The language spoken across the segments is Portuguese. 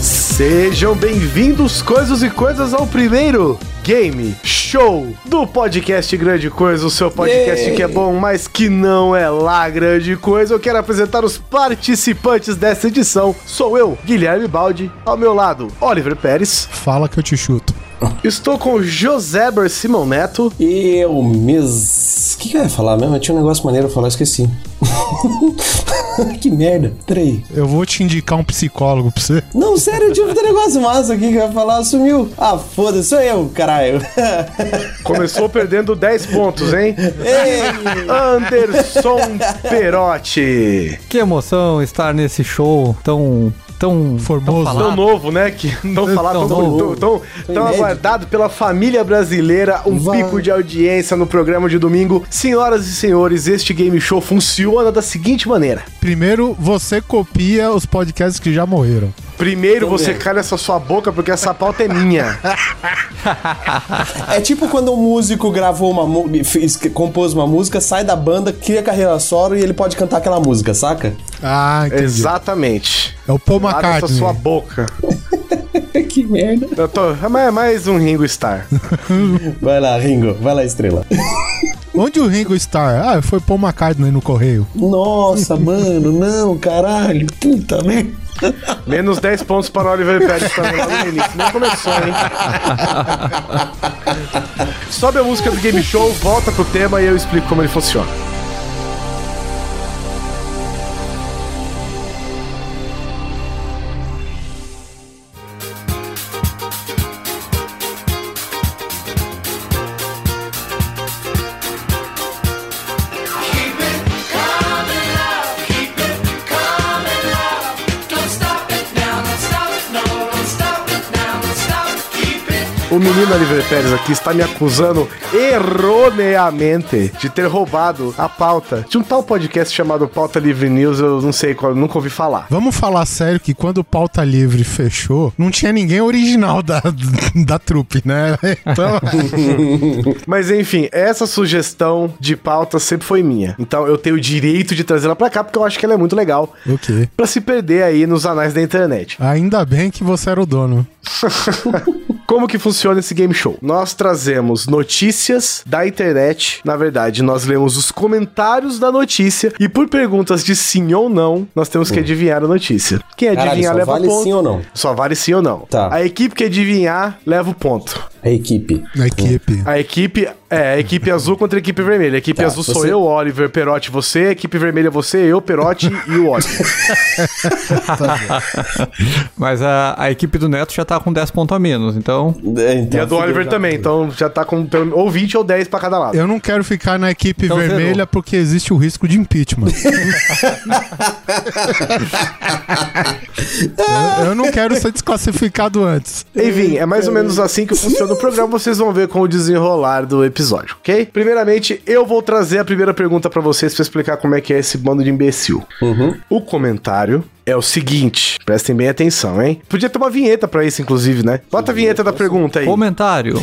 Sejam bem-vindos, coisas e coisas, ao primeiro game show do podcast Grande Coisa, o seu podcast que é bom, mas que não é lá grande coisa. Eu quero apresentar os participantes dessa edição. Sou eu, Guilherme Baldi, ao meu lado, Oliver Pérez. Fala que eu te chuto. Estou com Joséber Simão Neto. E eu mesmo. O que, que eu ia falar mesmo? Eu tinha um negócio maneiro pra falar, esqueci. que merda. Peraí. Eu vou te indicar um psicólogo pra você. Não, sério, eu tinha um negócio massa aqui que eu ia falar, sumiu. Ah, foda-se, sou eu, caralho. Começou perdendo 10 pontos, hein? Ei, Anderson Perotti. Que emoção estar nesse show tão. tão. Formoso. tão Tão falado. novo, né? Que não falar tão, Tão tão, novo. tão- tão inédito. aguardado pela família brasileira, um Vai. pico de audiência no programa de domingo. Senhoras e senhores, este game show funciona da seguinte maneira. Primeiro, você copia os podcasts que já morreram. Primeiro Também. você cala essa sua boca porque essa pauta é minha. É tipo quando um músico gravou uma mu- fez- compôs uma música, sai da banda, cria carreira solo e ele pode cantar aquela música, saca? Ah, entendi. Exatamente. É o Paul Cala essa McCartney. sua boca. É que merda. Eu tô, é mais- mais um Ringo Starr. Vai lá, Ringo, vai lá, estrela. Onde o Ringo Starr? Ah, foi Paul McCartney no correio. Nossa, mano, não, caralho, puta merda. Menos 10 pontos para o Oliver Pérez também lá no início. Nem começou, hein? Sobe a música do game show, volta pro tema e eu explico como ele funciona. O menino Oliver Pérez aqui está me acusando erroneamente de ter roubado a pauta de um tal podcast chamado Pauta Livre News, eu não sei qual, nunca ouvi falar. Vamos falar sério que quando o Pauta Livre fechou, não tinha ninguém original da, da trupe, né? Então, Mas enfim, essa sugestão de pauta sempre foi minha. Então eu tenho o direito de trazê-la pra cá porque eu acho que ela é muito legal. ok. Pra se perder aí nos anais da internet. Ainda bem que você era o dono. Como que funciona esse game show? Nós trazemos notícias da internet. Na verdade, nós lemos os comentários da notícia e por perguntas de sim ou não, nós temos que adivinhar a notícia. Quem Hum. Caralho, adivinhar só leva vale ponto. sim ou não? Só vale sim ou não. Tá. A equipe que adivinhar leva o ponto. A equipe. Na equipe. A equipe é a equipe azul contra a equipe vermelha. A equipe Tá, azul sou você- eu, Oliver, Perotti, você. A equipe vermelha você, eu, Perotti e o Oliver. Mas a, a equipe do Neto já tá com 10 pontos a menos, então. É, E então, a do Oliver também. Então já tá com pelo- ou 20 ou 10 pra cada lado. Eu não quero ficar na equipe Então, vermelha zerou. porque existe o risco de impeachment. eu, eu não quero ser desclassificado antes. Enfim, é mais ou menos assim que funciona o programa. Vocês vão ver com o desenrolar do episódio, ok? Primeiramente, eu vou trazer a primeira pergunta pra vocês pra explicar como é que é esse bando de imbecil. O comentário é o seguinte. Prestem bem atenção, hein? Podia ter uma vinheta pra isso, inclusive, né? Bota a vinheta da pergunta aí. Comentário.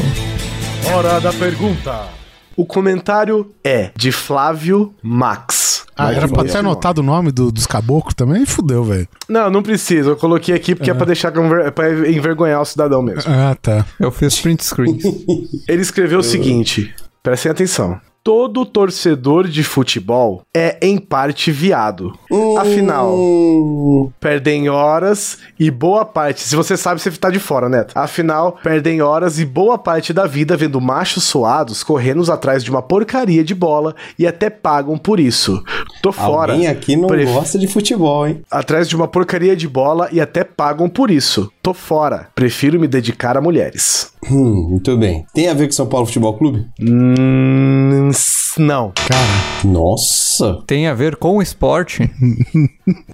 Hora da pergunta. O comentário é de Flávio Max. Ah, era pra ter Flávio anotado o nome do- dos caboclos também? Fudeu, velho. Não, não precisa. Eu coloquei aqui porque é pra deixar conver- pra envergonhar o cidadão mesmo. Ah, tá. Eu fiz print screens. Ele escreveu o seguinte: prestem atenção. Todo torcedor de futebol é, em parte, viado. Afinal, Hum, perdem horas e boa parte. Se você sabe, você tá de fora, Neto. Afinal, perdem horas e boa parte da vida vendo machos suados correndo atrás de uma porcaria de bola e até pagam por isso. Tô fora. alguém aqui não Pref- gosta de futebol, hein? Atrás de uma porcaria de bola e até pagam por isso. Tô fora. Prefiro me dedicar a mulheres. Hum, muito bem. Tem a ver com São Paulo Futebol Clube? Hum, s- não. Cara, Nossa. Nossa! Tem a ver com o esporte?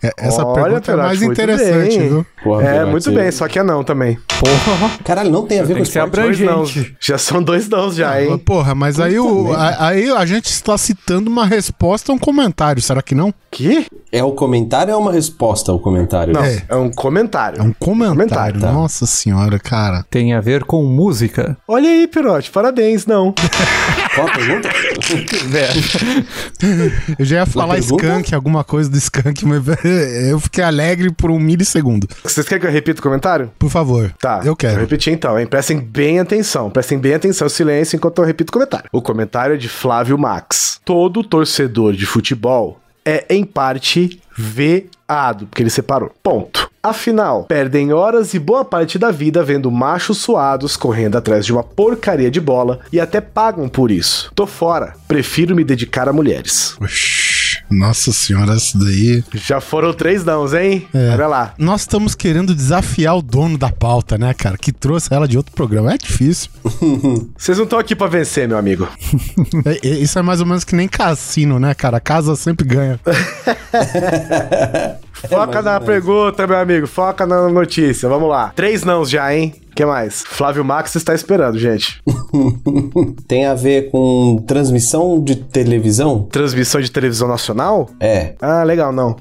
É- Essa Olha, pergunta é Peracho, mais muito interessante, bem. viu? Porra, É, Peracho, muito aí. bem, só que é não também. Porra! Caralho, não tem a ver Tem com que ser esporte. Dois abrangente. não. Já são dois não já, Mas, hein? Porra, mas aí, o, a, aí a gente está citando uma resposta a um comentário, será que não? Que? É o comentário ou é uma resposta ao comentário? Não, É. é, um comentário. É um comentário. Comentário, tá. Nossa senhora, cara. Tem a ver com música? Olha aí, Pirote, parabéns, não. Qual a pergunta? Eu já ia falar pergunta? skunk, alguma coisa do skunk, mas eu fiquei alegre por um milissegundo. Vocês querem que eu repita o comentário? Por favor. Tá. Eu Vou quero. repetir então, hein? Prestem bem atenção. Prestem bem atenção, silêncio, enquanto eu repito o comentário. O comentário é de Flávio Max. Todo torcedor de futebol é, em parte, veado, porque ele separou. Ponto. Afinal, perdem horas e boa parte da vida vendo machos suados correndo atrás de uma porcaria de bola e até pagam por isso. Tô fora. Prefiro me dedicar a mulheres. Oxi, Nossa senhora, isso daí. Já foram três dãos, hein? É. Olha lá. Nós estamos querendo desafiar o dono da pauta, né, cara? Que trouxe ela de outro programa. É difícil. Vocês não estão aqui pra vencer, meu amigo. É- é- isso é mais ou menos que nem cassino, né, cara? Casa sempre ganha. É, Foca mais na ou menos. pergunta, meu amigo. Foca na notícia. Vamos lá. Três nãos já, hein? que mais? Flávio Max está esperando, gente. Tem a ver com transmissão de televisão? Transmissão de televisão nacional? É. Ah, legal, não.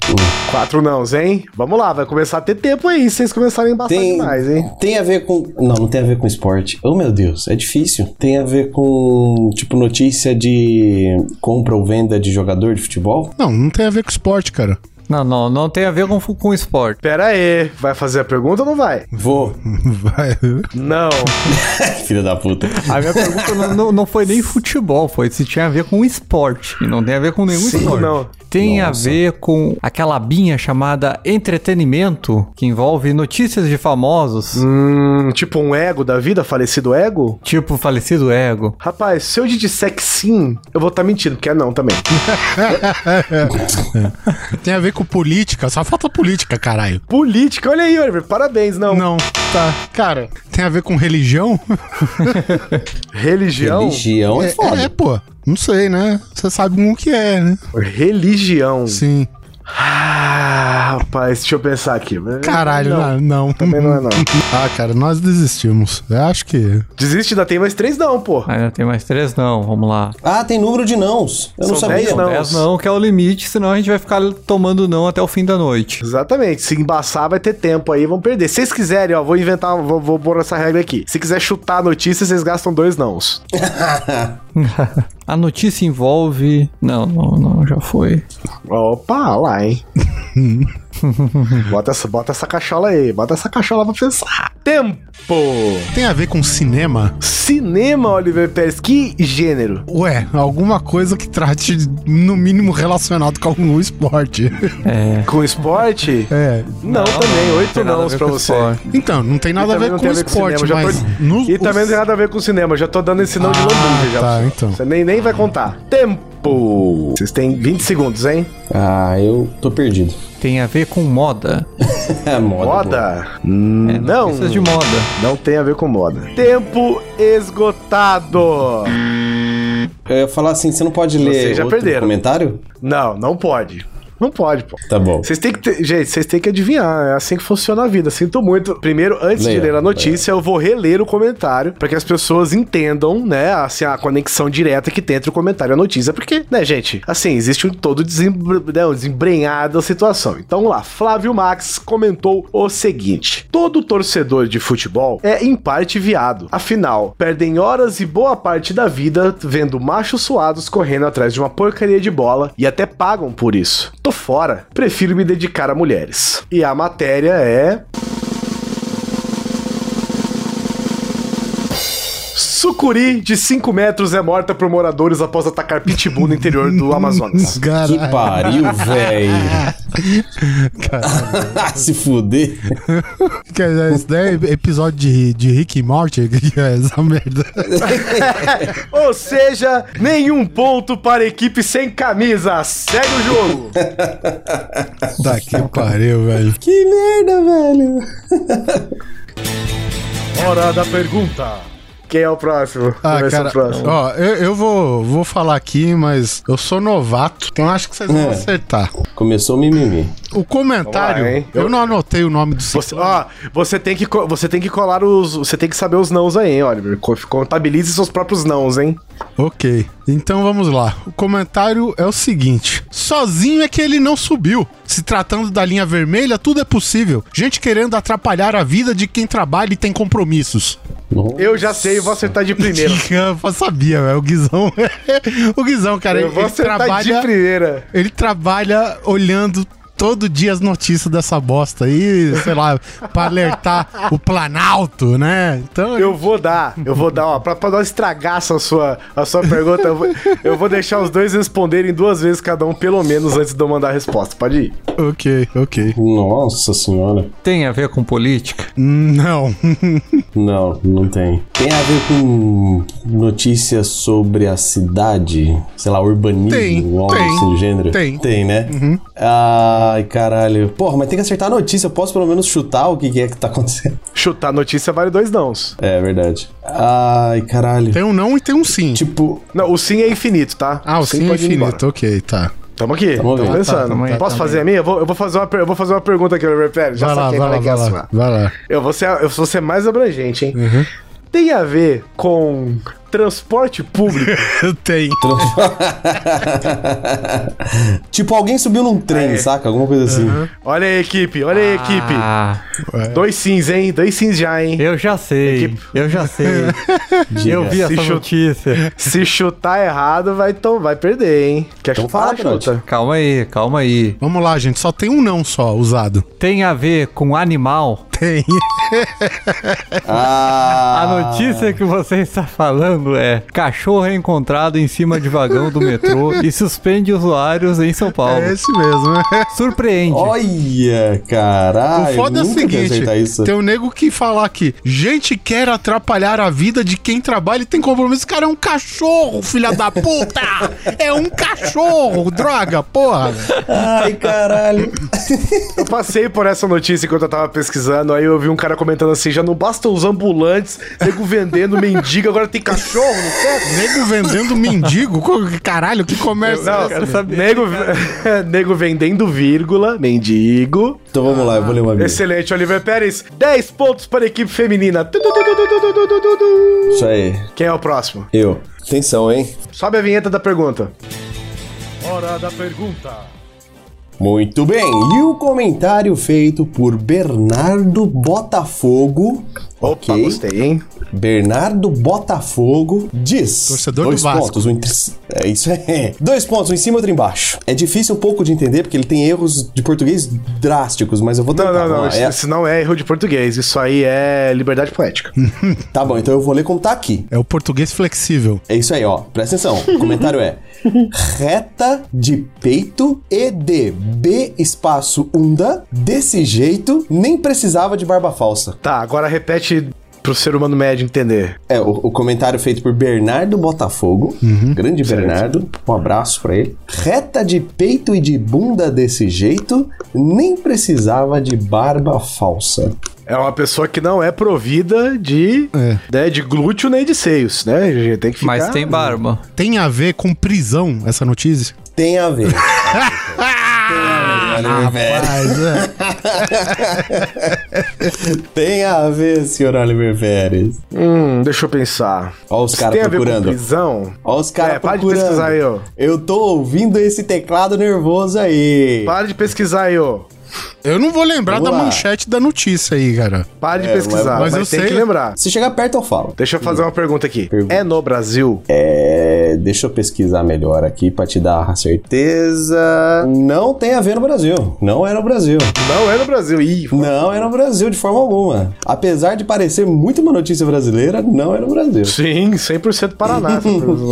Quatro nãos, hein? Vamos lá, vai começar a ter tempo aí, se vocês começarem a embaçar Tem, demais, hein? tem a ver com. Não, não tem a ver com esporte. Oh, meu Deus, é difícil. Tem a ver com, tipo, notícia de compra ou venda de jogador de futebol? Não, não tem a ver com esporte, cara. Não, não, não tem a ver com, com esporte. Pera aí, vai fazer a pergunta ou não vai? Vou. Vai. Não. Filha da puta. A minha pergunta não, não- não foi nem futebol, foi se tinha a ver com esporte. E não tem a ver com nenhum Sim, esporte. não. Tem a ver com aquela abinha chamada entretenimento, que envolve notícias de famosos, hum, tipo um ego da vida, falecido ego? tipo falecido ego. Rapaz, se eu te disser que sim, eu vou estar mentindo, porque é não também. Tem a ver com política. Só falta política, caralho. Política, olha aí, Oliver, parabéns, não. Não, tá. Cara, tem a ver com religião? Religião? Religião é É, é, foda. pô. Não sei, né? Você sabe com o que é, né? Religião. Sim. Ah, rapaz, deixa eu pensar aqui. Caralho, Não, não. não. Também não é não. Ah, cara, nós desistimos. Eu acho que. Desiste, ainda tem mais três não, pô. Ainda tem mais três, não, vamos lá. Ah, tem número de nãos. Eu não São sabia. dez não. Dez não, que é o limite, senão a gente vai ficar tomando não até o fim da noite. Exatamente, se embaçar vai ter tempo aí, vão perder. Se vocês quiserem, ó, vou inventar, vou, vou pôr essa regra aqui. Se quiser chutar a notícia, vocês gastam dois nãos. a notícia envolve. Não, não, não, já foi. Opa, lá, hein. bota, essa, bota essa cachola aí, bota essa cachola pra pensar. Tempo! Tem a ver com cinema? Cinema, Oliver Pérez, que gênero? Ué, alguma coisa que trate, no mínimo, relacionado com algum esporte. É. Com esporte? É. Não, também, oito nãos pra você. Então, não tem nada a também ver não com tem a ver com esporte, cinema, já mas. foi- no- E também não tem nada a ver com o cinema, eu já tô dando esse não de Ah, lambuja já. tá, então. Você nem, nem vai contar. Tempo! Vocês têm 20 segundos, hein? Ah, eu tô perdido. Tem a ver com moda. É, É moda. pô. Moda? Hum, não. Notícias de moda. Não tem a ver com moda. Tempo esgotado! Eu ia falar assim, você não pode ler Vocês já outro perderam. comentário? Não, não pode. Não pode, pô. Tá bom. Vocês têm que ter, gente, vocês têm que adivinhar, é assim que funciona a vida. Sinto muito. Primeiro, antes Leia, de ler a notícia, eu vou reler o comentário pra que as pessoas entendam, né, assim a conexão direta que tem entre o comentário e a notícia, porque, né, gente, assim, existe um todo desembr... né, um desembrenhado a situação. Então, vamos lá, Flávio Max comentou o seguinte: Todo torcedor de futebol é em parte viado. Afinal, perdem horas e boa parte da vida vendo machos suados correndo atrás de uma porcaria de bola e até pagam por isso. Tô fora, prefiro me dedicar a mulheres. E a matéria é. Sucuri de 5 metros é morta por moradores após atacar pitbull no interior do Amazonas. Que Caralho. pariu, velho. Caralho. Se fuder. Que é- Esse daí é episódio de, de Rick e Morty, que é essa merda. Ou seja, nenhum ponto para a equipe sem camisa. Segue o jogo. Tá que pariu, velho. Que merda, velho. Hora da pergunta. Quem é o próximo? Ah, Quem vai ser cara, o próximo? ó, eu, eu vou, vou falar aqui, mas eu sou novato, então acho que vocês vão É. acertar. Começou o mimimi. O comentário, Vamos lá, hein? eu não anotei o nome do Você, ciclone. ó, você tem que co- você tem que colar os, você tem que saber os nãos aí, hein, Oliver. Co- Contabilize seus próprios nãos, hein? Ok, então vamos lá. O comentário é o seguinte: sozinho é que ele não subiu. Se tratando da linha vermelha, tudo é possível. Gente querendo atrapalhar a vida de quem trabalha e tem compromissos. Eu já sei, eu vou acertar de primeira. Eu sabia, velho. O Guizão. o Guizão, cara, Eu vou ele acertar trabalha. tá de primeira. Ele trabalha olhando todo dia as notícias dessa bosta aí, sei lá, pra alertar o Planalto, né? Então, Eu vou dar, eu vou dar, ó, pra, pra não estragar essa sua, a sua pergunta, eu vou, eu vou deixar os dois responderem duas vezes cada um, pelo menos, antes de eu mandar a resposta. Pode ir. ok, ok. Nossa senhora. Tem a ver com política? Não. Não, não tem. Tem a ver com notícias sobre a cidade? Sei lá, urbanismo Tem, ou algo tem, assim do gênero? tem. Uhum. Tem, né? Ai, caralho. Porra, mas tem que acertar a notícia. Eu posso pelo menos chutar o que, que é que tá acontecendo? Chutar a notícia vale dois nãos. É verdade. Ai, caralho. Tem um não e tem um sim. Tipo, Não, o sim é infinito, tá? Ah, o sim é pode ir embora. infinito, ok, tá. Tamo aqui, Tamo tamo, ouvindo. pensando. Ah, tá, tamo aí, Posso tamo fazer a minha? Eu vou, eu vou fazer uma, per- eu vou fazer uma pergunta aqui, Oliver Pérez. Já Vai lá, saquei vai qual lá, é que é vai a lá, sua. vai lá. Eu vou ser, eu vou ser mais abrangente, hein? Uhum. Tem a ver com transporte público? Eu tenho. tipo, alguém subiu num É. trem, saca? Alguma coisa assim. olha aí, equipe, olha aí, equipe. Ah, É. Dois sims, hein? Dois sims já, hein? eu já sei. Eu já sei. eu vi Se essa chu- notícia. Se chutar errado, vai, to- vai perder, hein? Quer Então chutar? fala, Pirote. chuta. Calma aí, calma aí. Vamos lá, gente. Só tem um não só usado. Tem a ver com animal? Tem. Ah, A notícia que você está falando é: cachorro é encontrado em cima de vagão do metrô e suspende usuários em São Paulo. É esse mesmo. né? Surpreende. Olha, caralho. Ah, o foda é o nunca que ia acertar isso. seguinte: tem um nego que falar que gente quer atrapalhar a vida de quem trabalha e tem compromisso. Esse cara é um cachorro, filha da puta! É um cachorro, droga, porra. Ai, caralho. Eu passei por essa notícia enquanto eu tava pesquisando, aí eu vi um cara comentando assim, já não bastam os ambulantes, nego vendendo, mendigo, agora tem cachorro no teto. Nego vendendo mendigo? Co- Caralho, que comércio. é Não, esse? nego, nego vendendo vírgula, mendigo. Então vamos lá, eu vou ler uma minha. é Excelente, Oliver Pérez. 10 pontos para a equipe feminina. Tu, tu, tu, tu, tu, tu, tu, tu, tu, tu. Isso aí. Quem é o próximo? Eu. Atenção, hein? Sobe a vinheta da pergunta. Hora da pergunta. Muito bem. E o comentário feito por Bernardo Botafogo. Opa, gostei, hein? Bernardo Botafogo diz. Torcedor dois do Vasco. pontos, um entre... É isso é. Dois pontos, um em cima e outro embaixo. É difícil um pouco de entender, porque ele tem erros de português drásticos, mas eu vou tentar. Não, não, não. Vamos lá. Isso, É- isso não é erro de português. Isso aí é liberdade poética. Tá bom, então eu vou ler como tá aqui. É o português flexível. É isso aí, ó. Presta atenção. O comentário é: reta de peito e de B espaço unda. Desse jeito, nem precisava de barba falsa. tá, agora repete pro ser humano médio entender. É, o, o comentário feito por Bernardo Botafogo. Grande Bernardo. Um abraço pra ele. Reta de peito e de bunda desse jeito, nem precisava de barba falsa. É uma pessoa que não é provida de, É. né, de glúteo nem de seios, né? A gente tem que ficar... Mas tem barba. Tem a ver com prisão essa notícia? Tem a ver. Mas é. Tem a ver, senhor Oliver Pérez. Hum, deixa eu pensar. Ó, os Isso caras tem a ver com procurando. prisão? Ó, os caras É, para de procurando. pesquisar aí, ó. Eu tô ouvindo esse teclado nervoso aí. Para de pesquisar aí, ô. Eu não vou lembrar Vamos da lá. manchete da notícia aí, cara. Para de É, pesquisar, mas, mas- mas eu tem sei. que lembrar. Se chegar perto, eu falo. Deixa eu fazer uma pergunta aqui. Pergunta. É no Brasil? É, deixa eu pesquisar melhor aqui pra te dar a certeza. Não tem a ver no Brasil. Não é no Brasil. Não é no Brasil. Ih, Não é no Brasil de forma alguma. Apesar de parecer muito uma notícia brasileira, não é no Brasil. sim, 100% Paraná. essa pergunta.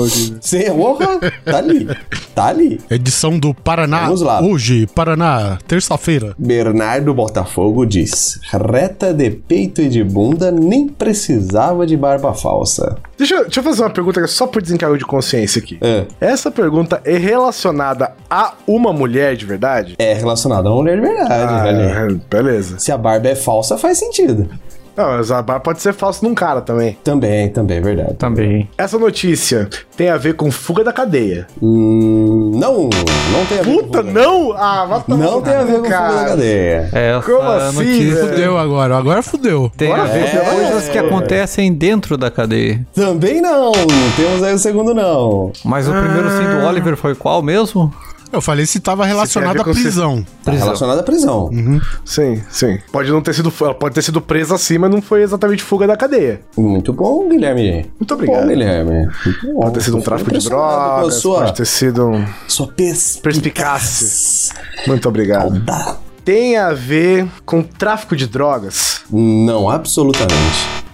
Você honra? Tá ali. Tá ali. Edição do Paraná. Vamos lá. Hoje, Paraná, terça-feira. Bernardo Botafogo diz: reta de peito e de bunda nem precisava de barba falsa. deixa, eu- deixa eu fazer uma pergunta que é só por desencargo de consciência aqui. É. Essa pergunta é relacionada a uma mulher de verdade? Ah, É relacionado a uma mulher de verdade, olha aí. beleza. Se a barba é falsa, faz sentido. Não, mas a barba pode ser falso num cara também. Também, também, é verdade. Também. Essa notícia tem a ver com fuga da cadeia. Hum, não, não tem a ver Puta, com fuga. não! Ah, vai tomar Não no tem a ver cu, com fuga da cadeia. É, Essa Como assim, notícia velho? Fudeu agora, agora fudeu. tem Bora a ver ver, com coisas que acontecem dentro da cadeia. Também não, não temos aí o segundo não. Mas o primeiro Ah. sim do Oliver foi qual mesmo? Eu falei se tava Se relacionado tem à a ver com se- prisão. Tá relacionado à prisão. Uhum. Sim, sim. Pode não ter sido. Ela pode ter sido presa assim, mas não foi exatamente fuga da cadeia. Muito bom, Guilherme. Muito obrigado. Bom, Guilherme. Muito bom. Pode ter sido um Tô tráfico de impressionado com a drogas, Sua, pode ter sido um sua pes... perspicácia. Muito obrigado. Dá. Tem a ver com tráfico de drogas? Não, absolutamente.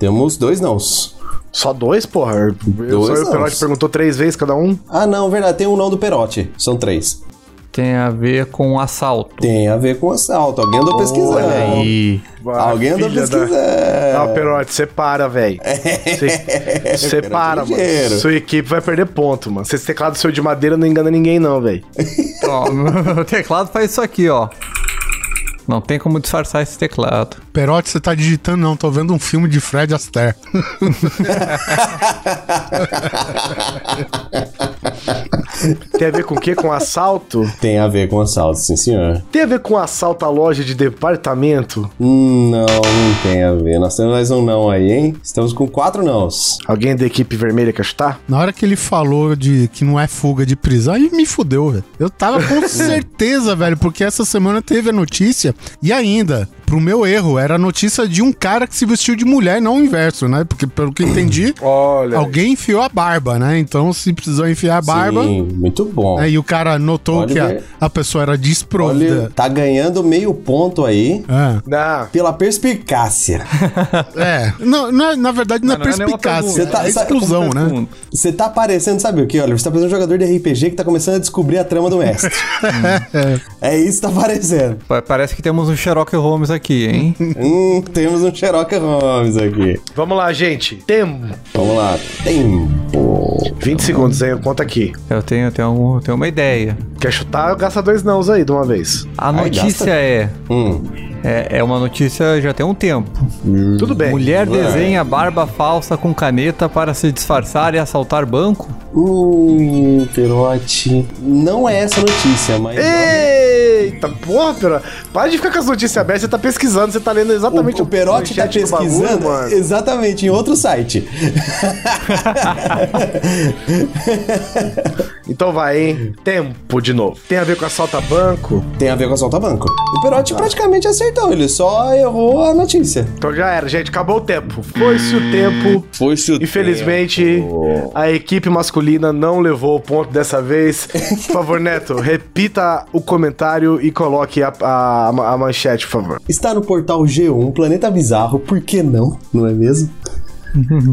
Temos dois nãos. Só dois, porra? Eu Dois só eu, o não. Perotti perguntou três vezes cada um. Ah, não, verdade, tem um não do Perote. São três. Tem a ver com assalto. Tem a ver com assalto. Alguém andou pesquisando. E Alguém andou Filha da- pesquisando. É. Não, Perotti, você para, velho. Você- Você Perotti é para, mano. ligeiro. Sua equipe vai perder ponto, mano. Se esse teclado seu de madeira não engana ninguém, não, velho. ó, o teclado faz isso aqui, ó. Não tem como disfarçar esse teclado. Perote, você tá digitando não, tô vendo um filme de Fred Astaire. Tem a ver com o quê? Com assalto? Tem a ver com assalto, sim, senhor. Tem a ver com assalto à loja de departamento? Hum, Não, não tem a ver. Nós temos mais um não aí, hein? Estamos com quatro nãos. Alguém da equipe vermelha quer chutar? Na hora que ele falou de que não é fuga de prisão, ele me fudeu, velho. Eu tava com certeza, velho, porque essa semana teve a notícia e ainda, pro meu erro, era a notícia de um cara que se vestiu de mulher, não o inverso, né? Porque pelo que eu entendi, Olha. alguém enfiou a barba, né? Então se precisou enfiar a barba, Sim, muito bom. né? e o cara notou Pode que a, ver. a pessoa era Olha, desprovida. tá ganhando meio ponto aí Ah, Não. pela perspicácia. é. Não, não é- na verdade, não é Mas não é nenhuma perspicácia, pergunta. é Você tá- exclusão, né? Você tá parecendo, sabe o que, Oliver? Você tá parecendo um jogador de RPG que tá começando a descobrir a trama do mestre. é isso que tá parecendo. Pa- Parece que temos um Sherlock Holmes aqui, hein? Hum, temos um Sherlock Holmes aqui. Vamos lá, gente. Tempo. Vamos lá. Tempo. 20 segundos, hein? Eu conto aqui. Eu tenho, eu tenho, algum- eu tenho uma ideia. Quer chutar, gasta dois nãos aí de uma vez. A Ai, gasta. notícia é, Hum. é. é uma notícia já tem um tempo. Tudo bem. Mulher desenha barba falsa com caneta para se disfarçar e assaltar banco? Ui, Perote. Hum, Não é essa notícia, mas. Eita, porra, Perotti. Para de ficar com as notícias abertas, você tá pesquisando, você tá lendo exatamente O, o Perotti tá manchete do bagulho, pesquisando mano. exatamente em outro site. Então vai, hein? Tempo de novo. Tem a ver com assalto a banco? Tem a ver com assalto a banco. O Perotti Ah. praticamente acertou, ele só errou a notícia. Então já era, gente. Acabou o tempo. Foi-se o tempo. Foi se Infelizmente, a equipe masculina não levou o ponto dessa vez. Por favor, Neto, repita o comentário e coloque a, a, a manchete, por favor. Está no portal G1, Planeta Bizarro, por que não? Não é mesmo?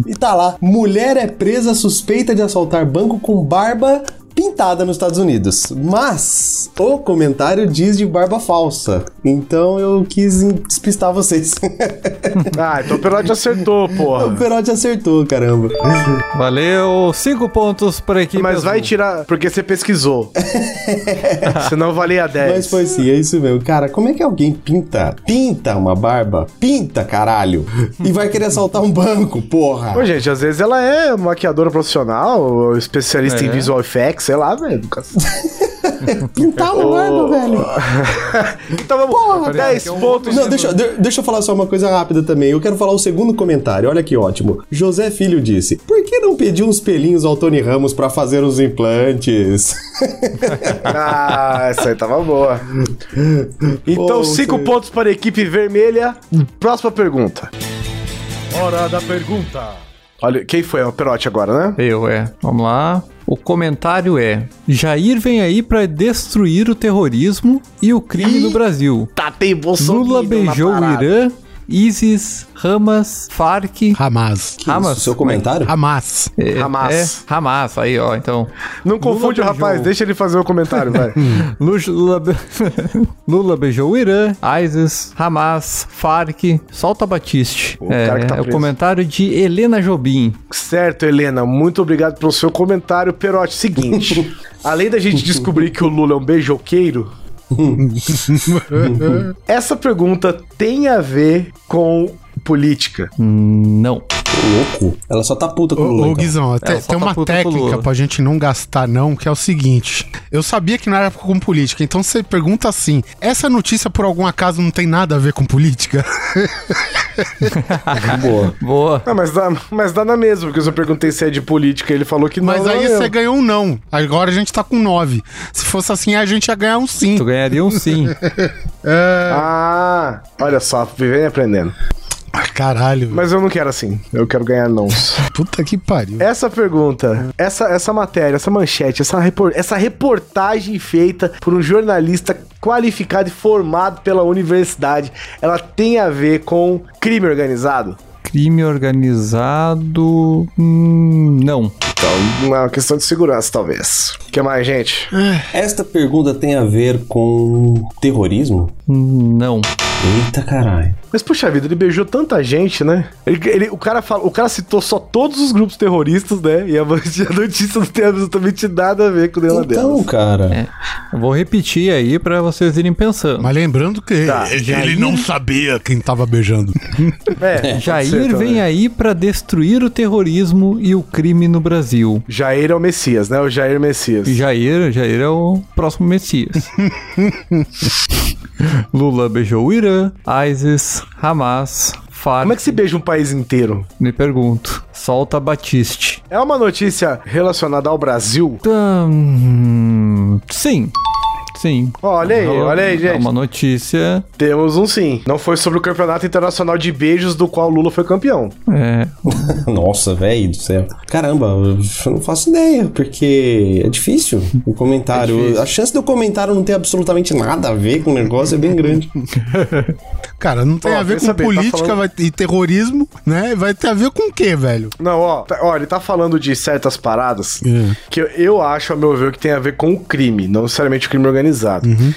e tá lá, mulher é presa suspeita de assaltar banco com barba pintada nos Estados Unidos. Mas o comentário diz de barba falsa. Então eu quis despistar vocês. Ah, então o Perotti acertou, o porra. Perotti acertou, caramba. Valeu, cinco pontos para a equipe. Mas azul. vai tirar, porque você pesquisou. Senão valia 10. Mas foi sim, é isso mesmo. Cara, como é que alguém pinta, pinta uma barba, pinta, caralho, e vai querer assaltar um banco, porra? Pô, gente, às vezes ela é maquiadora profissional, ou especialista em É. visual effects, sei lá, velho. Pintar uma barba, velho. Então vamos, Porra, 10 cara, que é um- pontos. Não, deixa, de- deixa eu falar só uma coisa rápida também. Eu quero falar o segundo comentário. Olha que ótimo. José Filho disse: Por que não pedir uns pelinhos ao Tony Ramos pra fazer os implantes? Ah, essa aí tava boa. Então, Bom, 5 sim. pontos para a equipe vermelha. Próxima pergunta. Hora da pergunta. Olha, quem foi? É o Perotti agora, né? Eu, é. Vamos lá. O comentário é: Jair vem aí para destruir o terrorismo e o crime no Brasil. Tá, tem Bolsonaro. Lula beijou o Irã, ISIS, Hamas, Farc. Hamas. Hamas. Isso, seu comentário? Ah, Hamas. É, Hamas. É, Hamas, aí, ó. Então. Não confunde Lula o rapaz, beijou- deixa ele fazer o comentário, vai. Lu- Lula, be- Lula beijou o Irã, ISIS, Hamas, Farc, solta Batiste. O é, cara que tá é o preso. comentário de Helena Jobim. Certo, Helena, muito obrigado pelo seu comentário. Perotti, seguinte, além da gente descobrir que o Lula é um beijoqueiro, essa pergunta tem a ver com política? Hum. Não. Ô, louco. Ela só tá puta com o Ô, Lula. ô, então. Guizão, até- É, só tem tá uma puta com o técnica Lula. pra gente não gastar, não, que é o seguinte. Eu sabia que não era com política, então você pergunta assim: essa notícia por algum acaso não tem nada a ver com política? Boa. Boa. Ah, mas dá, mas dá na mesma, porque se eu perguntei se é de política, ele falou que não. Mas não aí é você mesmo. ganhou um não. Agora a gente tá com nove. Se fosse assim, a gente ia ganhar um sim. Tu ganharia um sim. Ah, olha só, vivendo e aprendendo. Ah, caralho, velho. Mas eu não quero assim. Eu quero ganhar não. puta que pariu. Essa pergunta, essa, essa matéria, essa manchete, essa, repor- essa reportagem feita por um jornalista qualificado e formado pela universidade, ela tem a ver com crime organizado? Crime organizado. hum, não. Então, uma questão de segurança, talvez. O que mais, gente? Esta pergunta tem a ver com terrorismo? Hum, Não. Eita caralho. Mas, puxa vida, ele beijou tanta gente, né? Ele, ele- o, cara fala, o cara citou só todos os grupos terroristas, né? E a, man- a notícia não tem absolutamente nada a ver com nenhuma Então, delas. cara. Eu Vou repetir aí pra vocês irem pensando. Mas lembrando que Tá. ele ele não sabia quem tava beijando. É, pode ser Jair também. vem aí pra destruir o terrorismo e o crime no Brasil. Jair é o Messias, né? O Jair Messias. E Jair, Jair é o próximo Messias. Lula beijou o Irã, ISIS, Hamas, Farc. Como é que se beija um país inteiro? Me pergunto. Solta Batiste. É uma notícia relacionada ao Brasil? Hum, sim. Sim. Olha aí, É olha aí, É gente. uma notícia. Temos um sim. Não foi sobre o Campeonato Internacional de Beijos, do qual Lula foi campeão. É, Nossa, velho do céu. Caramba, eu não faço ideia, porque é difícil o É comentário. A chance do comentário não ter absolutamente nada a ver com o negócio é bem grande. Cara, não tem Ó, a ver pensa com bem, tá política falando- vai- e terrorismo, né? Vai ter a ver com o quê, velho? Não, ó, tá- ó, ele tá falando de certas paradas É. que eu, eu acho, ao meu ver, que tem a ver com o crime, não necessariamente o crime organizado.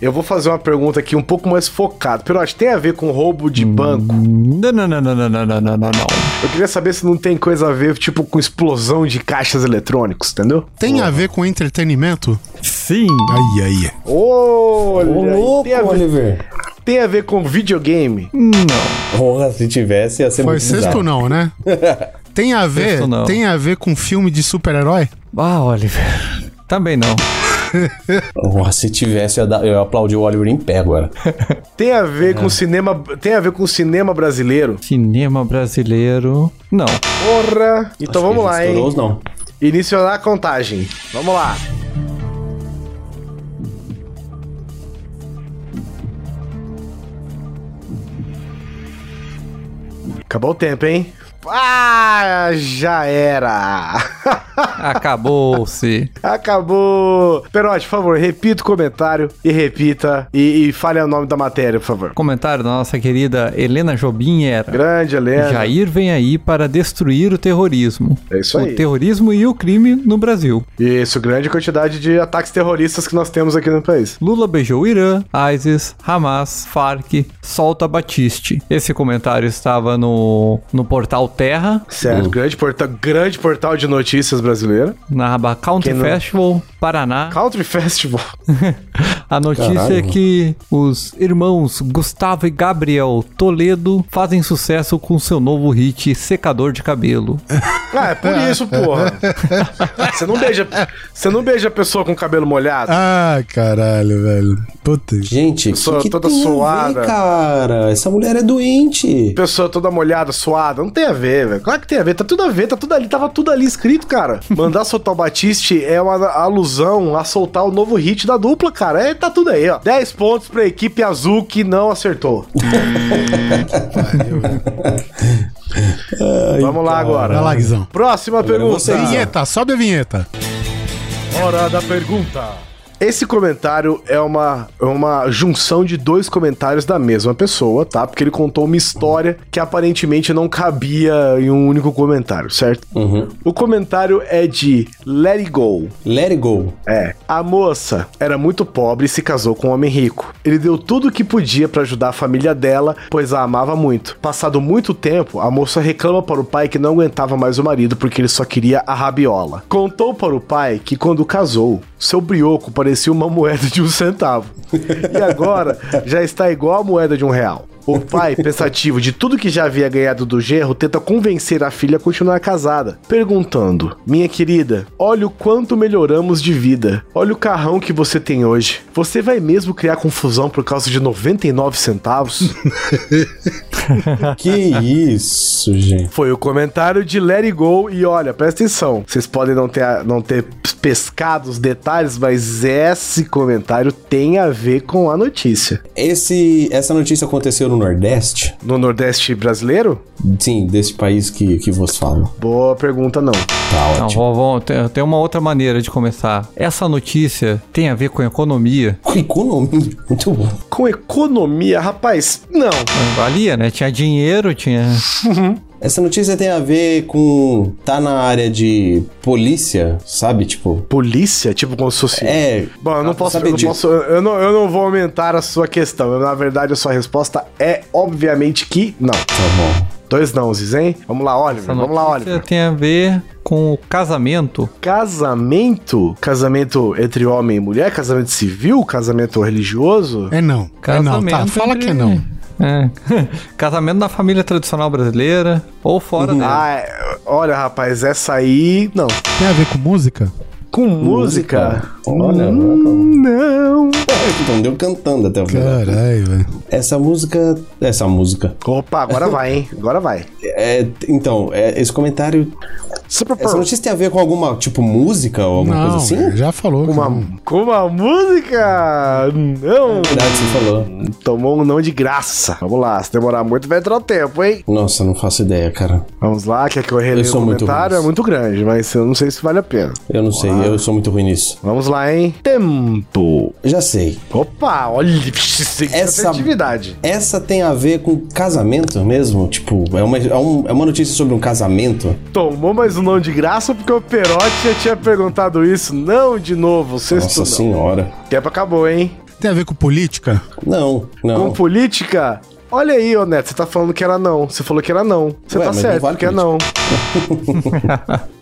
Eu vou fazer uma pergunta aqui um pouco mais focada. Pirote, tem a ver com roubo de banco? Não, não, não, não, não, não, não, não, não. Eu queria saber se não tem coisa a ver, tipo, com explosão de caixas eletrônicos, entendeu? Tem a ver com entretenimento? Sim. Ai, ai. Olha, Ô, louco, tem, a ver, Oliver. tem a ver com videogame? Não. Porra, se tivesse, ia ser Foi muito sexto bizarro. não, né? Tem a ver, Sexto não. tem a ver com filme de super-herói? Ah, Oliver. Também não. Porra, se tivesse, eu ia dar- eu ia aplaudir o Oliver em pé Então agora. Tem a ver com cinema, tem a ver com cinema brasileiro? Cinema brasileiro. Não. Porra! Então vamos é lá, hein? Estourou os não. Iniciar a contagem. Vamos lá. Acabou o tempo, hein? Ah, já era. Acabou-se. Acabou. Perote, por favor, repita o comentário e repita e, e fale o nome da matéria, por favor. Comentário da nossa querida Helena Jobim era. Grande, Helena. Jair vem aí para destruir o terrorismo. É isso aí. O terrorismo e o crime no Brasil. Isso, grande quantidade de ataques terroristas que nós temos aqui no país. Lula beijou o Irã, ISIS, Hamas, Farc, solta Batiste. Esse comentário estava no, no portal Terra, Certo, Uhum. grande, porta grande portal de notícias brasileira. na aba Country Quem não- Festival, Paraná. Country Festival. A notícia Caralho. é que os irmãos Gustavo e Gabriel Toledo fazem sucesso com seu novo hit Secador de Cabelo. Ah, é por isso, porra. Você não beija, você não beija a pessoa com cabelo molhado? Ah, caralho, velho. Puta. Gente, Sou que, que toda tem a suada. ver, cara? Essa mulher é doente. Pessoa toda molhada, suada, não tem a ver, velho. Claro que tem a ver, tá tudo a ver, tá tudo ali, tava tudo ali escrito, cara. Mandar soltar o Batiste é uma alusão a soltar o novo hit da dupla, cara. É, tá tudo aí, ó. 10 pontos pra equipe azul que não acertou. Vamos lá Vai lá, agora. Guizão. Próxima pergunta. você, Guizão. Vinheta, sobe a vinheta. Hora da pergunta. Esse comentário é uma, é uma junção de dois comentários da mesma pessoa, tá? Porque ele contou uma história que aparentemente não cabia em um único comentário, certo? O comentário é de Let It Go. Let it go. É. A moça era muito pobre e se casou com um homem rico. Ele deu tudo o que podia pra ajudar a família dela, pois a amava muito. Passado muito tempo, a moça reclama para o pai que não aguentava mais o marido porque ele só queria a rabiola. Contou para o pai que quando casou, seu brioco parecia uma moeda de um centavo. E agora já está igual a moeda de um real. O pai, pensativo de tudo que já havia ganhado do genro, tenta convencer a filha a continuar casada, perguntando: Minha querida, olha o quanto melhoramos de vida. Olha o carrão que você tem hoje. Você vai mesmo criar confusão por causa de 99 centavos? Que isso, gente. Foi o comentário de Let It Go e olha, presta atenção. Vocês podem não ter, não ter pescado os detalhes, mas esse comentário tem a ver com a notícia. Esse, essa notícia aconteceu no Nordeste? No Nordeste brasileiro? Sim, desse país que, que vos falo. Boa pergunta, não. Tá Não, ótimo. vou, vou- tem tem uma outra maneira de começar. Essa notícia tem a ver com economia. Economia. Muito bom. Com economia, rapaz, não. Valia, né? Tinha dinheiro, tinha. Essa notícia tem a ver com. Tá na área de polícia, sabe? Tipo. Polícia? Tipo, como se fosse. É. Bom, eu não Ah, posso. sabe Eu não, disso. posso- eu, não, eu não vou aumentar a sua questão. Eu, na verdade, a sua resposta é, obviamente, que não. Tá bom. Dois nãozes, hein? Vamos lá, Essa Oliver. Vamos lá, notícia Oliver. tem a ver com o casamento. Casamento? Casamento entre homem e mulher? Casamento civil? Casamento religioso? É não. é não, Casamento. tá? Fala entre- que é não. É. Casamento na família tradicional brasileira ou fora dela. Ah, é- olha, rapaz, essa aí. Não. Tem a ver com música? Com música? Olha, tá Não. então deu cantando até o final. Caralho, velho. Essa música. Essa música. Opa, agora vai, hein? Agora vai. É, então, é, esse comentário. Super Essa notícia tem a ver com alguma, tipo, música ou alguma Não, coisa assim? velho, já falou. que não. Uma, com uma música? Não. Verdade, você falou. Tomou um não de graça. Vamos lá, se demorar muito vai entrar o tempo, hein? Nossa, não faço ideia, cara. Vamos lá, quer que eu releia Eu o sou muito comentário? ruim. É muito grande, mas eu não sei se vale a pena. Eu não sei, eu sou muito ruim nisso. Vamos lá, hein? Tempo. Já sei. Opa, olha, vixe, sem Essa- criatividade. Essa tem a ver com casamento mesmo? Tipo, é uma, é um- é uma notícia sobre um casamento? Tomou mais um não de graça porque o Perotti já tinha perguntado isso. Não de novo, sexto Nossa não. senhora. Tempo acabou, hein? Tem a ver com política? Não, não. Com política... Olha aí, ô Neto, você tá falando que era não. Você falou que era não. Você Ué, tá mas não certo, vale porque é não.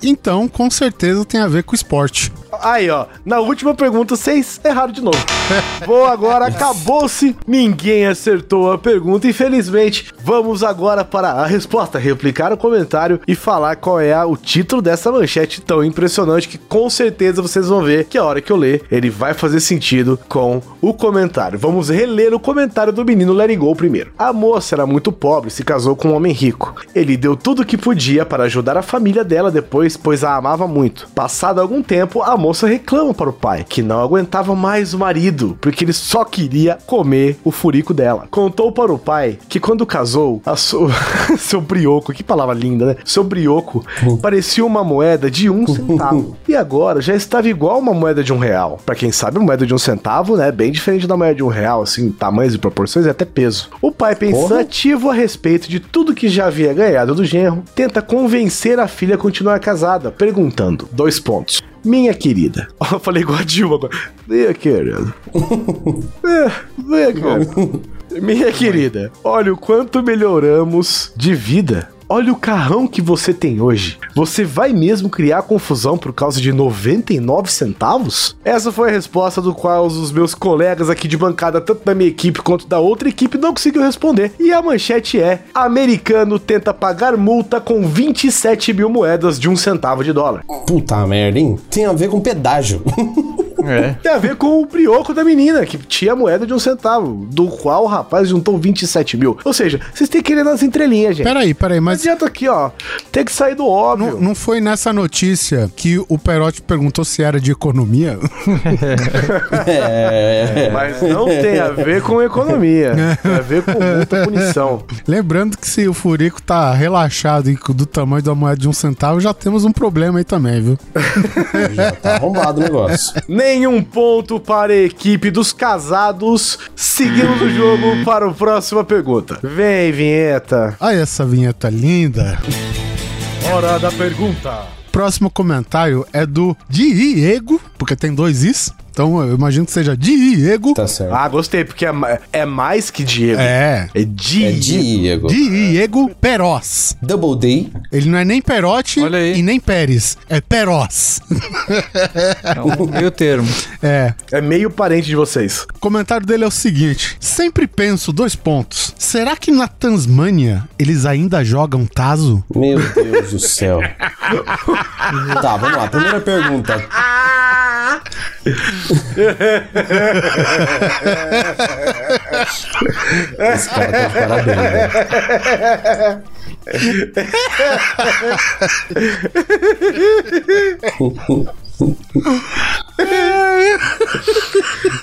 Então, com certeza tem a ver com esporte. Aí, ó. Na última pergunta, vocês erraram de novo. Vou agora, acabou-se. Ninguém acertou a pergunta, infelizmente. Vamos agora para a resposta, replicar o comentário e falar qual é a- o título dessa manchete tão impressionante que com certeza vocês vão ver que a hora que eu ler, ele vai fazer sentido com o comentário. Vamos reler o comentário do menino Larry Go primeiro. A moça era muito pobre e se casou com um homem rico. Ele deu tudo o que podia para ajudar a família dela depois, pois a amava muito. Passado algum tempo, a moça reclama para o pai, que não aguentava mais o marido, porque ele só queria comer o furico dela. Contou para o pai que quando casou, a su- seu brioco, que palavra linda, né? Seu brioco parecia uma moeda de um centavo. e agora já estava igual uma moeda de um real. Para quem sabe, uma moeda de um centavo, né? é Bem diferente da moeda de um real, assim, tamanhos e proporções e até peso. O pai pensativo a respeito de tudo que já havia ganhado do genro, tenta convencer a filha a continuar casada, perguntando: dois pontos. Minha querida. Eu falei igual a Dilma agora. Minha querida. É, vem cá. Minha querida, olha o quanto melhoramos de vida. Olha o carrão que você tem hoje. Você vai mesmo criar confusão por causa de 99 centavos? Essa foi a resposta do qual os meus colegas aqui de bancada, tanto da minha equipe quanto da outra equipe, não conseguiu responder. E a manchete é: americano tenta pagar multa com 27 mil moedas de um centavo de dólar. Puta merda, hein? Tem a ver com pedágio. É. Tem a ver com o brioco da menina, que tinha moeda de um centavo, do qual o rapaz juntou 27 mil. Ou seja, vocês têm que ir nas entrelinhas, gente. Peraí, peraí, Não mas adianta aqui, ó. Tem que sair do óbvio. não, não foi nessa notícia que o Perotti perguntou se era de economia? é, Mas não tem a ver com economia. tem a ver com multa e punição. Lembrando que se o Furico tá relaxado e do tamanho da moeda de um centavo, já temos um problema aí também, viu? já tá arrombado o negócio. Nenhum ponto para a equipe dos casados. Seguimos o jogo para a próxima pergunta. Vem, vinheta. Olha essa vinheta linda. Hora da pergunta. Próximo comentário é do Diego, porque tem dois Is, Então eu imagino que seja Diego. Tá certo. Ah, gostei, porque é, ma- é mais que Diego. É. É Diego. É Diego. Diego Peroz. Double D. Ele não é nem Perotti Olha aí. e nem Pérez. É Peroz. Então, meio termo. É. É meio parente de vocês. O comentário dele é o seguinte: sempre penso dois pontos. Será que na Tasmânia eles ainda jogam Tazo? Meu Deus do céu. tá, vamos lá. Primeira pergunta. Esse cara tá de parabéns, velho.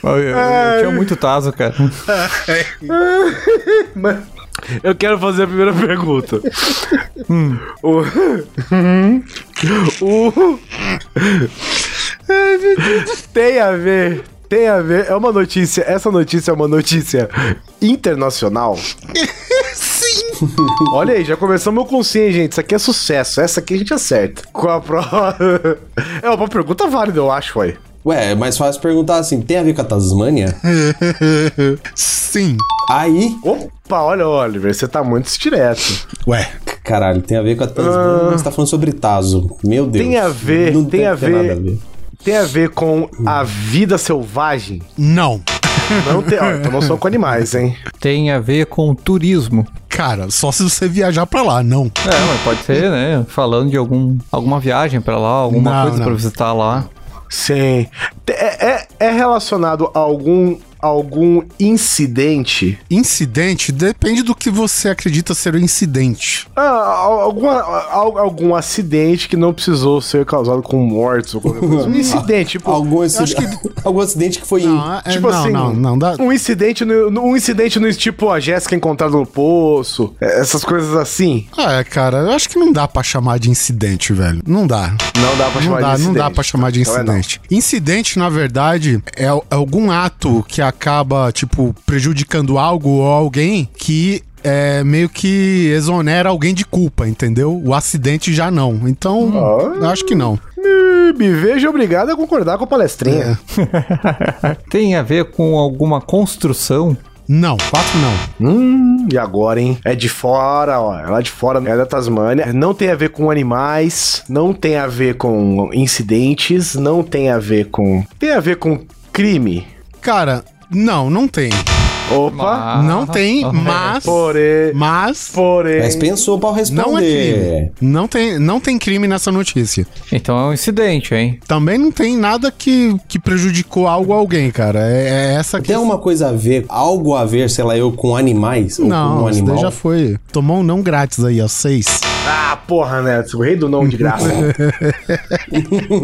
Eu, eu- eu tinha muito taso, cara. Mas eu quero fazer a primeira pergunta. Hum. O... o... Ai, meu Deus. Tem a ver... Tem a ver, é uma notícia, essa notícia é uma notícia internacional. Sim! Olha aí, já começamos com sim, hein, gente. Isso aqui é sucesso, essa aqui a gente acerta. Com a prova. É uma pergunta válida, eu acho, ué. Ué, é mais fácil perguntar assim: tem a ver com a Tasmânia? Sim. Aí. Opa, olha, Oliver, você tá muito direto. Ué. Caralho, tem a ver com a Tasmânia, mas tá falando sobre Taso. Meu Deus. Tem a ver, Não tem a ter ver. nada a ver. Tem a ver com a vida selvagem? Não. Não tem. Ó, então não são com animais, hein? Tem a ver com turismo. Cara, só se você viajar pra lá, não. É, mas pode ser, né? Falando de algum, alguma viagem pra lá, alguma Não, coisa não. pra visitar lá. Sim. Te- É, é, é relacionado a algum, algum incidente? Incidente depende do que você acredita ser o incidente. Ah, al- alguma, al- algum acidente que não precisou ser causado com mortes ou qualquer coisa. Um incidente, tipo. Algum, acidente, algum acidente que foi. em... Não, é, Tipo não, assim, não, não dá. um incidente no, no- um incidente no tipo a Jéssica encontrada no poço, é, essas coisas assim. Ah, É, cara, eu acho que não dá pra chamar de incidente, velho. Não dá. Não dá pra Não chamar dá, de não incidente. dá pra chamar de Então é não. incidente. Incidente, na verdade, é al- é algum ato que acaba, tipo, prejudicando algo ou alguém que é meio que exonera alguém de culpa, entendeu? O acidente já não. Então, eu Ah. acho que não. Me- Me vejo obrigado a concordar com a palestrinha. Tem a ver com alguma construção. Não, quatro não. Hum, e agora, hein? É de fora, ó. É lá de fora, é da Tasmânia. Não tem a ver com animais, não tem a ver com incidentes, não tem a ver com. Tem a ver com crime. Cara, não, não tem. Opa! não tem, ah, mas. Porém. Mas. Porém. Mas pensou pra eu responder. é- Não é crime. Não tem, não tem crime nessa notícia. Então é um incidente, hein? Também não tem nada que, que prejudicou algo a alguém, cara. É, é essa Tem questão. alguma coisa a ver, algo a ver, sei lá, eu com animais? ou com um Não, isso animal? daí já foi. Tomou um não grátis aí, ó. Seis. Ah, porra, Neto. O rei do não de graça.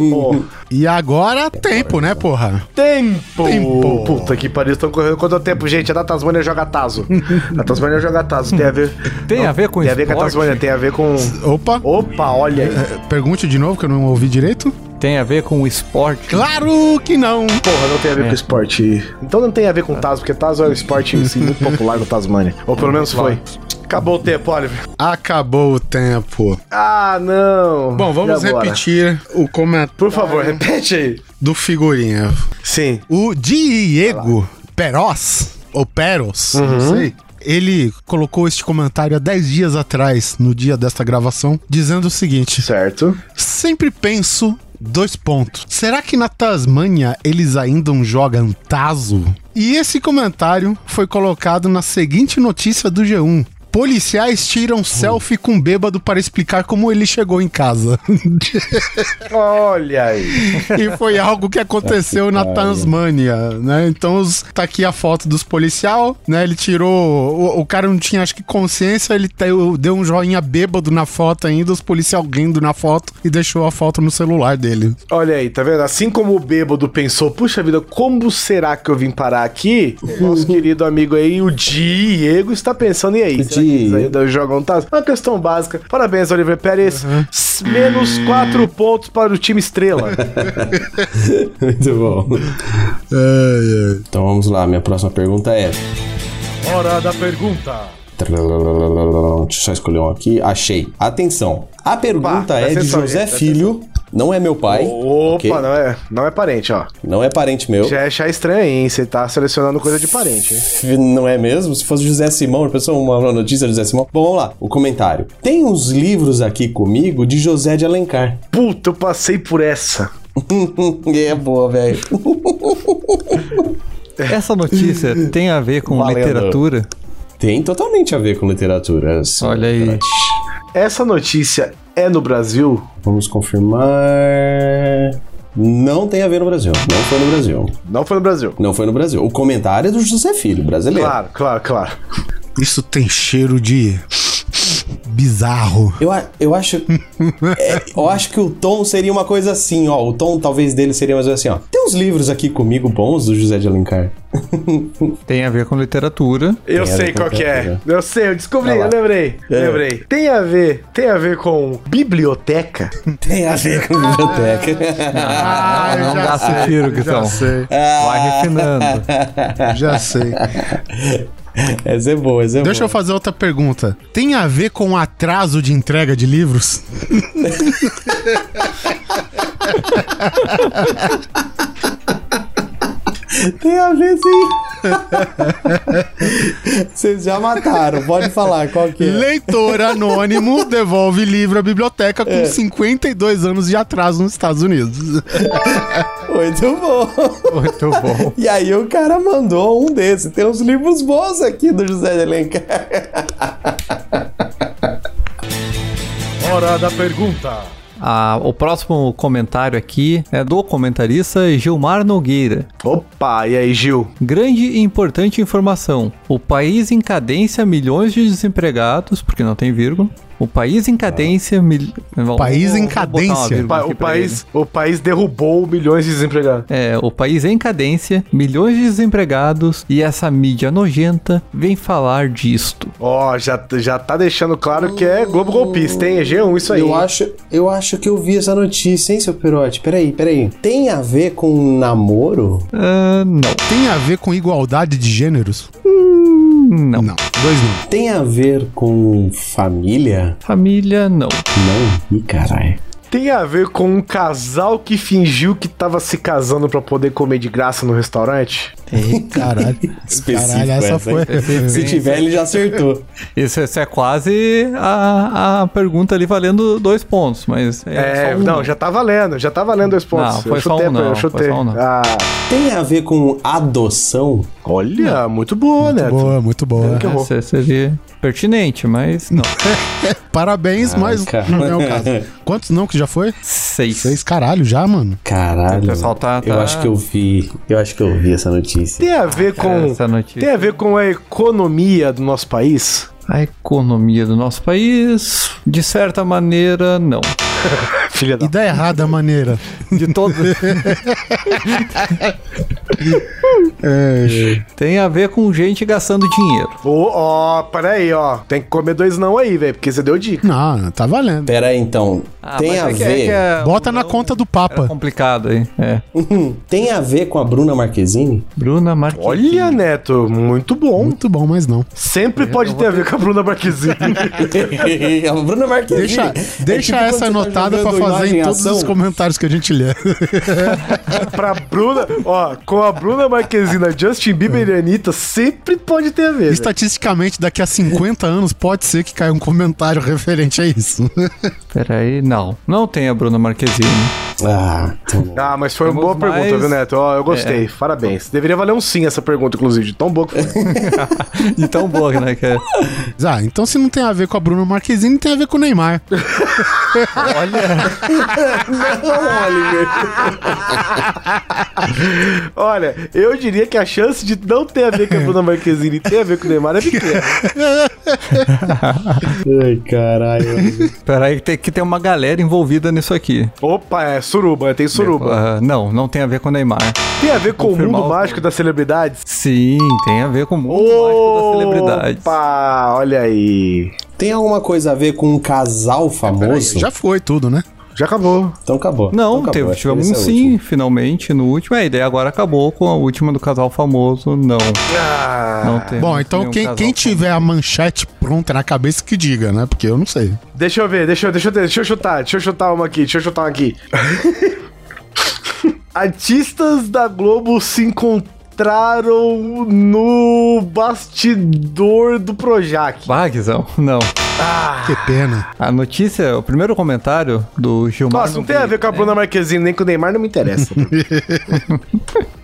Pô, E agora, tempo, né, porra? tempo. Tempo. Puta que pariu, estão correndo quanto é o tempo, gente? É da Tasmânia joga Taso. A Tasmânia joga Taso. Tem a ver. Tem a ver com Tem a ver com a esporte? Tasmânia, tem a ver com. Opa. Opa, olha aí. Pergunte de novo, que eu não ouvi direito. Tem a ver com esporte. Claro que não. Porra, não tem a É. ver com esporte. Então não tem a ver com Taso, porque Taso é um esporte assim, muito popular no Tasmania. Ou pelo menos foi. Acabou o tempo, Oliver. Acabou o tempo. Ah, não. Bom, vamos E agora? repetir o comentário Por favor, repete aí. do figurinha. Sim. O Diego Peros, ou Peros, não Uhum. sei. Ele colocou este comentário há 10 dias atrás, no dia desta gravação, dizendo o seguinte: Certo. Sempre penso, dois pontos. Será que na Tasmânia eles ainda não jogam Tazo? E esse comentário foi colocado na seguinte notícia do G1. Policiais tiram selfie com bêbado para explicar como ele chegou em casa. Olha aí. e foi algo que aconteceu na Tasmânia, né? Então os- tá aqui a foto dos policial, né? Ele tirou. O, o cara não tinha, acho que, consciência, ele te- deu um joinha bêbado na foto ainda, os policial rindo na foto e deixou a foto no celular dele. Olha aí, tá vendo? Assim como o bêbado pensou, puxa vida, como será que eu vim parar aqui? O Nosso querido amigo aí, o Diego, está pensando, e aí? Será que eles ainda jogam Taso? Uma questão básica. Parabéns, Oliver Pérez. Uhum. S- Menos quatro pontos para o time estrela. Muito bom. Então vamos lá, minha próxima pergunta é. Hora da pergunta. Deixa eu só escolher um aqui. Achei. Atenção. A pergunta Pá, presta é de atenção, José gente, presta Filho, Não é meu pai. Opa, ok? não, é, não é parente, ó. Não é parente meu. Já é achar estranho aí, hein? Você tá selecionando coisa de parente, hein? Não é mesmo? Se fosse José Simão, a pessoa uma uma notícia de José Simão. Bom, vamos lá. O comentário. Tem uns livros aqui comigo de José de Alencar. Puta, eu passei por essa. é boa, velho. É. Essa notícia tem a ver com Valendo. literatura? Tem totalmente a ver com literatura. Olha aí. Essa notícia é no Brasil? Vamos confirmar. Não tem a ver no Brasil. Não foi no Brasil. Não foi no Brasil. Não foi no Brasil. O comentário é do José Filho, brasileiro. Claro, claro, claro. Isso tem cheiro de. bizarro. Eu, a- eu acho. é, eu acho que o tom seria uma coisa assim, ó. O tom talvez dele seria mais ou menos assim, ó. Tem uns livros aqui comigo bons do José de Alencar. Tem a ver com literatura. Eu Tem a sei ver qual com que é. literatura. Eu sei, eu descobri, Olha lá. eu lembrei. É. Lembrei. Tem a ver, tem a ver com biblioteca? Tem a ver com biblioteca. Ah, não então. gasta o tiro, Guizão. Já sei, Vai refinando. já sei. essa é boa, essa é Deixa eu boa. fazer outra pergunta. Tem a ver com o atraso de entrega de livros? Tem a ver sim. Vocês já mataram, pode falar qual que é. Leitor anônimo devolve livro à biblioteca com 52 anos de atraso nos Estados Unidos. Muito bom. Muito bom. E aí o cara mandou um desse. Tem uns livros bons aqui do José de Alencar. Hora da pergunta. Ah, o próximo comentário aqui é do comentarista Gilmar Nogueira. Opa, e aí, Gil? Grande e importante informação. O país em cadência milhões de desempregados, porque não tem vírgula. O país em cadência... Mil... Ah. País em Vou botar uma cadência. vírgula Pa- aqui o, pra ele. país, o país derrubou milhões de desempregados. É, o país em cadência, milhões de desempregados e essa mídia nojenta vem falar disto. Ó, já, já tá deixando claro que é Globo Golpista, hein? É G1 isso aí. Uh. Eu hein? acho, eu acho que eu vi essa notícia, hein, seu Perote? Peraí, peraí. Tem a ver com um namoro? Ah, não. Tem a ver com igualdade de gêneros? Não. Não, dois não. Tem a ver com família? Família, não. Não. Ih, caralho. Tem a ver com um casal que fingiu que tava se casando pra poder comer de graça no restaurante? Caralho. Específico Caralho, essa essa, foi. Se tiver, ele já acertou. Isso, isso é quase a, a pergunta ali valendo dois pontos, mas é, É, só um. não, já tá valendo, já tá valendo dois pontos. Não, foi eu só chutei, um não, eu foi chutei. só um não. Ah, Tem a ver com adoção? olha, muito boa, né? Boa, muito boa. que eu vou. Essa seria pertinente, mas não. Parabéns, mas cara. não é o caso. Quantos não que já foi? Seis. Seis, caralho, já, mano. Caralho. O pessoal tá- Eu tá- acho que eu vi. Eu acho que eu vi essa notícia. Tem a ver com. é Essa notícia. Tem a ver com a economia do nosso país? A economia do nosso país, de certa maneira, não. Filha da. E da errada maneira. De todo. É. Tem a ver com gente gastando dinheiro. Ô, Ó, peraí, ó. Tem que comer dois não aí, velho, porque você deu dica. Não, tá valendo. Pera aí, então. tem mas a é que- é ver. que é- Bota na conta do Era Papa. complicado aí. É. Tem a ver com a Bruna Marquezine? Bruna Marquezine. Olha, Neto, muito bom. Muito bom, mas não. Sempre pode ter a ver com a Bruna Marquezine. a Bruna É Marquezine. Deixa, É deixa tipo essa quando você tá anotada pra jogando fazer imagem em todos ação. os comentários que a gente lê. pra Bruna, ó, com a Bruna Marquezine, a Justin Bieber e a Anitta, sempre pode ter a ver. velho. Estatisticamente, daqui a 50 anos, pode ser que caia um comentário referente a isso. Peraí, não. Não tem a Bruna Marquezine. Ah, tá bom. Ah, mas foi uma boa Temos mais- É. pergunta, viu, Neto? Ó, eu gostei. Parabéns. Deveria valer um sim essa pergunta, inclusive, de tão boa que foi. De tão boa, né? Que é. Ah, então se não tem a ver com a Bruna Marquezine, tem a ver com o Neymar. Olha, eu diria que a chance de não ter a ver com a Bruna Marquezine e ter a ver com o Neymar é pequena. Ai, caralho. Peraí, que tem que ter uma galera envolvida nisso aqui. Opa, é suruba, tem suruba. Ah, não, não tem a ver com o Neymar. Tem a ver com o Confirmar mundo os mágico das celebridades? Sim, tem a ver com o mundo mágico das celebridades. Opa, olha aí. Tem alguma coisa a ver com um casal famoso? Já foi tudo, né? Já acabou. Então acabou. Não, então teve, acabou. tivemos um Esse é o sim, último. finalmente, no último. É, e daí agora acabou com a última do casal famoso. Não. Ah, não um teve. Bom, então quem, quem tiver a manchete pronta na cabeça que diga, né? Porque eu não sei. Deixa eu ver, deixa eu, deixa eu, deixa eu chutar, deixa eu chutar uma aqui, deixa eu chutar uma aqui. Artistas da Globo se encontraram no bastidor do Projac. Bagzão, não. Que pena. A notícia, o primeiro comentário do Gilmar. Nossa, não tem Nogueira. a ver com a Bruna Marquezine, nem com o Neymar, não me interessa.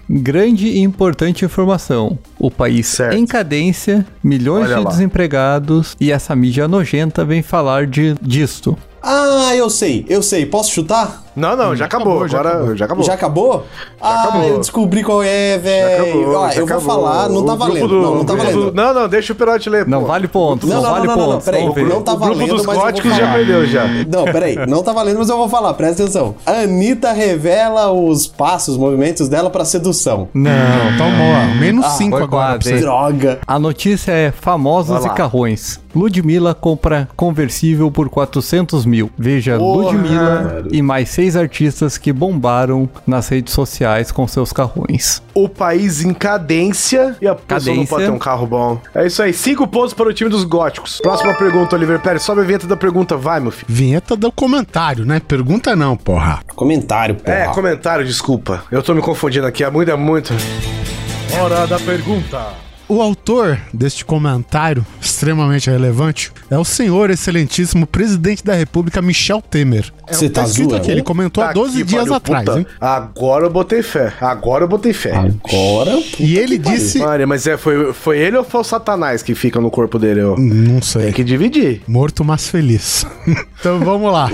Grande e importante informação. O país Certo. em cadência, milhões Olha de lá. desempregados e essa mídia nojenta vem falar de disto. Ah, eu sei, eu sei. Posso chutar? não, não, já acabou, acabou, já agora acabou. já acabou. Já acabou? ah, acabou. eu descobri qual é, velho. Ah, já eu vou acabou. falar, não tá O grupo valendo. do- não, não tá o grupo valendo. do- não, não, deixa o Pirote ler. Não pô. vale pontos, não, Não, não, vale não, não, não, pontos. peraí, vamos ver. não tá O grupo valendo, dos mas eu vou góticos já falar. perdeu já. Não, peraí, não tá valendo, mas eu vou falar, presta atenção. Anitta revela os passos, os movimentos dela pra sedução. Não. Tomou, ó, menos Ah, 5 foi agora. quase, pra você. hein? Droga! A notícia é famosos Vai e lá. carrões. Ludmilla compra conversível por 400 mil. Veja Porra. Ludmilla e mais seis artistas que bombaram nas redes sociais com seus carrões. O país em cadência e a pessoa não Cadência. pode ter um carro bom. É isso aí, cinco pontos para o time dos góticos. Próxima pergunta, Oliver Pérez. Sobe a vinheta da pergunta, vai, meu filho. Vinheta do comentário, né? Pergunta não, porra. Comentário, porra. É, comentário, desculpa. Eu tô me confundindo aqui, é muito, é muito. Hora da pergunta. O autor deste comentário extremamente relevante é o senhor excelentíssimo presidente da República Michel Temer. É o Você que tá escrito zoando? aqui, ele comentou há Tá 12 dias atrás, hein? Agora eu botei fé, agora eu botei fé. Agora. puta E ele que pariu. disse, Olha, mas é, foi, foi ele ou foi o Satanás que fica no corpo dele? Eu... não Tem sei, que dividir. morto mas feliz. então vamos lá.